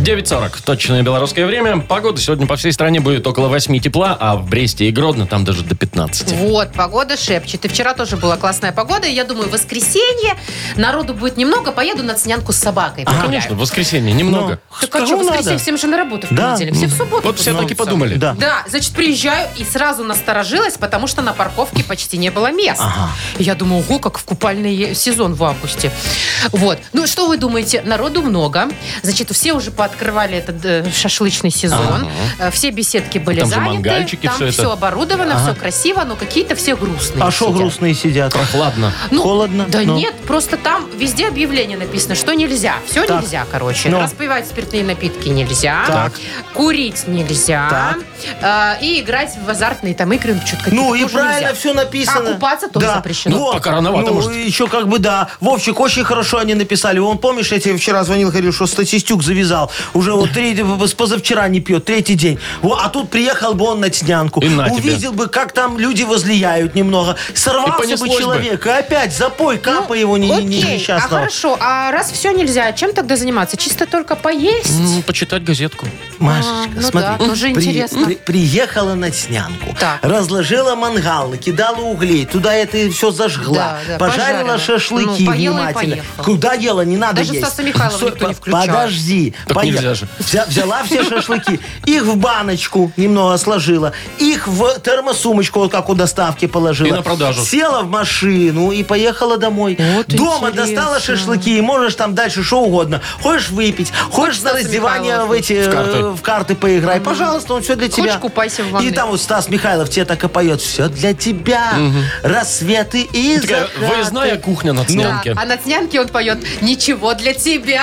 Speaker 2: 9.40. Точное белорусское время. Погода сегодня по всей стране будет около 8 тепла, а в Бресте и Гродно там даже до 15.
Speaker 3: Вот, погода шепчет. И вчера тоже была классная погода. И я думаю, воскресенье народу будет немного. Поеду на цнянку с собакой.
Speaker 2: А,
Speaker 3: погуляю.
Speaker 2: конечно, в воскресенье немного.
Speaker 3: Так а
Speaker 4: Кому
Speaker 3: что, воскресенье
Speaker 4: надо?
Speaker 3: всем же на работу в
Speaker 4: Да.
Speaker 3: понедельник. Все в субботу.
Speaker 2: Вот все
Speaker 3: тусуются.
Speaker 2: таки подумали.
Speaker 4: Ну, Да.
Speaker 3: Да, значит, приезжаю и сразу насторожилась, потому что на парковке почти не было мест. И Я думаю, ого, как в купальный е- сезон в августе. Вот. Ну, что вы думаете? Народу много. Значит, все уже пооткрывали этот э, шашлычный сезон. Э, Все беседки были
Speaker 2: А Там же
Speaker 3: заняты.
Speaker 2: мангальчики,
Speaker 3: там
Speaker 2: всё
Speaker 3: все,
Speaker 2: это.
Speaker 3: оборудовано, все красиво, но какие-то все грустные.
Speaker 4: А что
Speaker 3: сидят.
Speaker 4: грустные сидят?
Speaker 2: Прохладно.
Speaker 3: Ну,
Speaker 4: Холодно?
Speaker 3: Да
Speaker 4: Ну.
Speaker 3: нет, просто там везде объявление написано, что нельзя. Все
Speaker 4: Так.
Speaker 3: нельзя, короче.
Speaker 4: Ну.
Speaker 3: Распивать спиртные напитки нельзя.
Speaker 4: Так.
Speaker 3: Курить нельзя. Э, и играть в азартные там игры, что-то какие-то
Speaker 4: Ну и
Speaker 3: тоже
Speaker 4: правильно
Speaker 3: нельзя.
Speaker 4: все написано.
Speaker 3: А купаться тоже
Speaker 4: Да.
Speaker 3: запрещено.
Speaker 2: Ну, пока рановато,
Speaker 4: ну,
Speaker 2: может.
Speaker 4: еще как бы да. Вовчик, очень хорошо они написали. Он, помнишь, я тебе вчера звонил, говорил, что статистюк завязал. Уже вот третий, с позавчера не пьет, третий день. Во, а тут приехал бы он на Тнянку.
Speaker 2: И на тебе.
Speaker 4: Увидел бы, как там люди возлияют немного. Сорвался бы
Speaker 2: понеслось бы.
Speaker 4: человек, и опять запой, капа его не, не- не-
Speaker 3: Ну, Окей, а
Speaker 4: несчастного.
Speaker 3: хорошо, а раз все нельзя, чем тогда заниматься? Чисто только поесть?
Speaker 4: ну,
Speaker 2: М, Ну, Почитать газетку.
Speaker 4: Машечка,
Speaker 3: А, ну
Speaker 4: смотри,
Speaker 3: да, тоже интересно.
Speaker 4: при- приехала на снянку,
Speaker 3: Так.
Speaker 4: разложила мангал, накидала углей, туда это все зажгла,
Speaker 3: Да, да,
Speaker 4: пожарила
Speaker 3: пожарила.
Speaker 4: шашлыки
Speaker 3: Ну, поела и
Speaker 4: внимательно.
Speaker 3: поехала.
Speaker 4: Куда дело, не надо
Speaker 3: Даже
Speaker 4: есть.
Speaker 3: Стаса Михайлова
Speaker 4: Со-
Speaker 3: никто не
Speaker 4: по-
Speaker 3: включал.
Speaker 4: Подожди,
Speaker 2: Так
Speaker 4: поех-
Speaker 2: нельзя же.
Speaker 4: Взя- взяла все шашлыки, их в баночку немного сложила, их в термосумочку, вот как у доставки положила.
Speaker 2: И на продажу.
Speaker 4: Села в машину и поехала домой.
Speaker 3: Вот
Speaker 4: Дома
Speaker 3: интересно.
Speaker 4: достала шашлыки, и можешь там дальше что угодно. Хочешь выпить, хочешь на
Speaker 3: Стаса
Speaker 4: раздевание
Speaker 3: Михайлова
Speaker 4: в эти
Speaker 2: В карты.
Speaker 4: э, в карты поиграй. Пожалуйста, он все для тебя.
Speaker 3: купайся в ванной.
Speaker 4: И там вот Стас Михайлов тебе так и поет. Все для тебя. Рассветы и
Speaker 2: Такая
Speaker 4: закаты.
Speaker 2: выездная кухня
Speaker 4: Ну,
Speaker 2: на
Speaker 3: Да,
Speaker 2: Цнянке.
Speaker 3: а на Тнянке он поет «Ничего для тебя».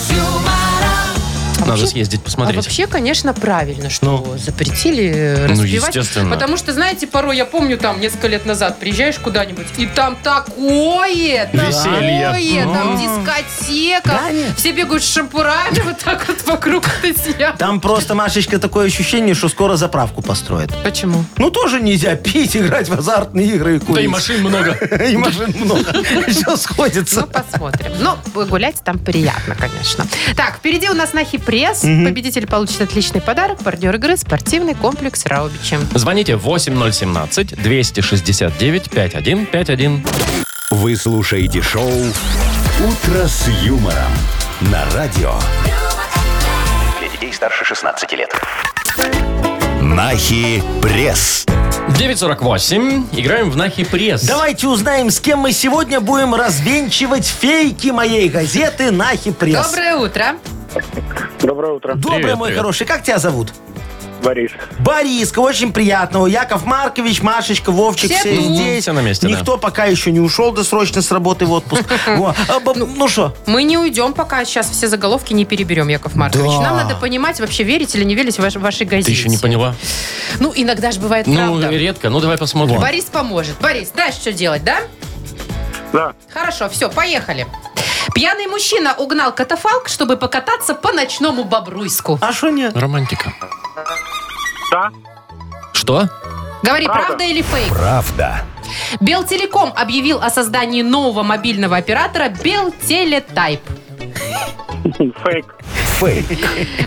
Speaker 2: Надо съездить
Speaker 3: А
Speaker 2: посмотреть.
Speaker 3: вообще, конечно, правильно, что запретили э,
Speaker 2: Ну,
Speaker 3: распивать.
Speaker 2: естественно.
Speaker 3: Потому что, знаете, порой я помню, там несколько лет назад приезжаешь куда-нибудь, и там такое,
Speaker 2: Веселье. Ну.
Speaker 3: такое, там дискотека. Все бегают с шампурами вот так вот вокруг этой сня.
Speaker 4: Там просто, Машечка, такое ощущение, что скоро заправку построят.
Speaker 3: Почему?
Speaker 4: Ну, тоже нельзя пить, играть в азартные игры и курить.
Speaker 2: Да и машин много.
Speaker 4: И машин много. Все
Speaker 3: Ну,
Speaker 4: сходится.
Speaker 3: посмотрим. Но гулять там приятно, конечно. Так, впереди у нас Нахи Пресс. Победитель получит отличный подарок. Партнер игры спортивный комплекс Раубичи.
Speaker 2: Звоните 8017-269-5151.
Speaker 1: Вы слушаете шоу «Утро с юмором» на радио.
Speaker 5: Для детей старше 16 лет.
Speaker 1: Нахи пресс.
Speaker 2: 948. Играем в Нахи Пресс.
Speaker 4: Давайте узнаем, с кем мы сегодня будем развенчивать фейки моей газеты «Нахи пресс».
Speaker 3: Доброе утро.
Speaker 7: Доброе утро.
Speaker 4: Добрый
Speaker 2: Привет,
Speaker 4: мой
Speaker 2: привет.
Speaker 4: хороший. Как тебя зовут?
Speaker 7: Борис.
Speaker 4: Бориска, очень приятного. Яков Маркович, Машечка, Вовчик,
Speaker 3: Все
Speaker 4: все,
Speaker 3: тут.
Speaker 4: здесь.
Speaker 2: Все на месте, да.
Speaker 4: Никто пока еще не ушел досрочно с работы в отпуск. Во. А, б- Ну что?
Speaker 3: Мы не уйдем, пока сейчас все заголовки не переберем, Яков Маркович.
Speaker 4: Да.
Speaker 3: Нам надо понимать, вообще верить или не верить в ваш- вашей газете.
Speaker 2: Ты еще не поняла?
Speaker 3: Ну, иногда же бывает
Speaker 2: Ну,
Speaker 3: правда.
Speaker 2: редко. Ну, давай посмотрим.
Speaker 3: Борис поможет. Борис, знаешь, что делать, да?
Speaker 7: Да.
Speaker 3: Хорошо, все, поехали. Пьяный мужчина угнал катафалк, чтобы покататься по ночному Бобруйску.
Speaker 4: А что нет?
Speaker 2: Романтика.
Speaker 7: Да.
Speaker 2: Что?
Speaker 3: Говори, правда или фейк?
Speaker 1: Правда.
Speaker 3: Белтелеком объявил о создании нового мобильного оператора Белтелетайп.
Speaker 7: Фейк.
Speaker 1: Фейк.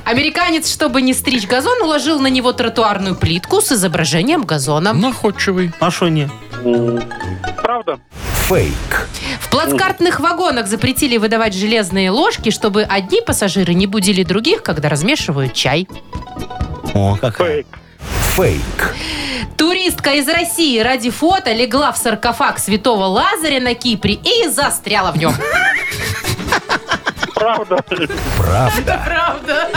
Speaker 3: Американец, чтобы не стричь газон, уложил на него тротуарную плитку с изображением газона.
Speaker 2: Находчивый.
Speaker 4: А что нет?
Speaker 7: Правда?
Speaker 1: Фейк.
Speaker 3: В плацкартных вагонах запретили выдавать железные ложки, чтобы одни пассажиры не будили других, когда размешивают чай.
Speaker 4: О, какая.
Speaker 7: Фейк.
Speaker 1: Фейк.
Speaker 3: Туристка из России ради фото легла в саркофаг святого Лазаря на Кипре и застряла в нем.
Speaker 7: Правда.
Speaker 1: Правда.
Speaker 3: Правда.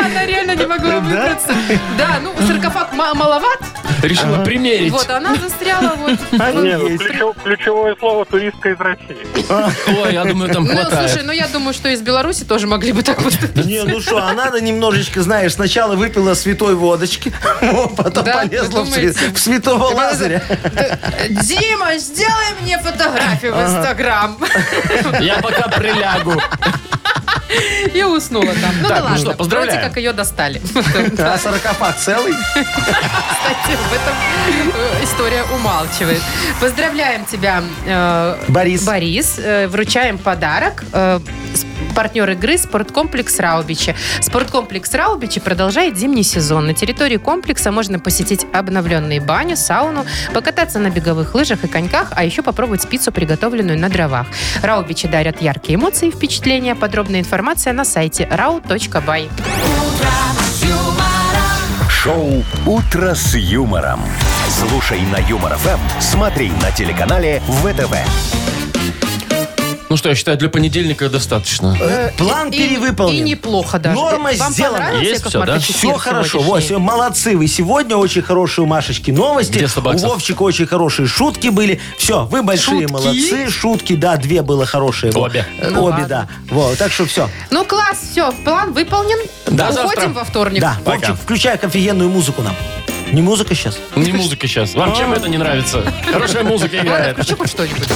Speaker 3: Она реально не могла выбраться. Да, ну саркофаг ма- маловат.
Speaker 2: Решила примерить.
Speaker 3: Вот она застряла. вот.
Speaker 4: А
Speaker 7: Не, ну, ключев- ключевое слово туристка из России.
Speaker 2: Ой, я думаю, там
Speaker 3: Ну,
Speaker 2: хватает.
Speaker 3: слушай, ну я думаю, что из Беларуси тоже могли бы так вот.
Speaker 4: Не, ну что, а надо немножечко, знаешь, сначала выпила святой водочки, вот, потом
Speaker 3: Да, вы
Speaker 4: полезла в,
Speaker 3: думаете?
Speaker 4: свя- в святого Лазаря.
Speaker 3: Дима, сделай мне фотографию в Инстаграм. ну.
Speaker 2: Я пока прилягу.
Speaker 3: И уснула там. Ну да
Speaker 2: Так, ну
Speaker 3: ладно,
Speaker 2: что, поздравляем.
Speaker 3: вроде как ее достали.
Speaker 4: А саркофаг целый?
Speaker 3: Кстати, в этом э, история умалчивает. Поздравляем тебя, э,
Speaker 4: Борис.
Speaker 3: Борис. Э, Вручаем подарок. Э, с- Партнер игры «Спорткомплекс Раубичи». «Спорткомплекс Раубичи» продолжает зимний сезон. На территории комплекса можно посетить обновленные баню, сауну, покататься на беговых лыжах и коньках, а еще попробовать спицу, приготовленную на дровах. Раубичи дарят яркие эмоции и впечатления. Подробная информация на сайте rau.by.
Speaker 1: Шоу «Утро с юмором». Слушай на Юмор ФМ, смотри на телеканале ВТВ.
Speaker 2: Ну что, я считаю, для понедельника достаточно.
Speaker 4: Э, План
Speaker 3: И- И
Speaker 4: перевыполнен.
Speaker 3: неплохо даже.
Speaker 4: Норма
Speaker 3: Вам
Speaker 4: сделана.
Speaker 3: понравилось,
Speaker 2: Есть
Speaker 3: Яков
Speaker 2: всё, да?
Speaker 3: Маркович,
Speaker 4: Все
Speaker 3: эфир
Speaker 4: хорошо.
Speaker 3: сегодняшний?
Speaker 4: Во, всё, молодцы вы. Сегодня очень хорошие у Машечки новости.
Speaker 2: Где сто
Speaker 4: у
Speaker 2: баксов?
Speaker 4: Вовчика очень хорошие шутки были. Все, вы большие
Speaker 2: Шутки?
Speaker 4: молодцы. Шутки, да, две было хорошие. Во.
Speaker 2: Обе.
Speaker 4: Э,
Speaker 3: Ну
Speaker 4: Обе,
Speaker 3: ладно.
Speaker 4: да. Вот, так что все.
Speaker 3: Ну класс, все, план выполнен.
Speaker 2: До
Speaker 3: Уходим
Speaker 2: завтра.
Speaker 3: во вторник.
Speaker 4: Да,
Speaker 2: Пока.
Speaker 4: Вовчик, включай офигенную музыку нам. Не музыка сейчас?
Speaker 2: Не музыка сейчас. Вам чем это не нравится? Хорошая музыка
Speaker 3: Ладно,
Speaker 2: играет.
Speaker 3: включи хоть что-нибудь.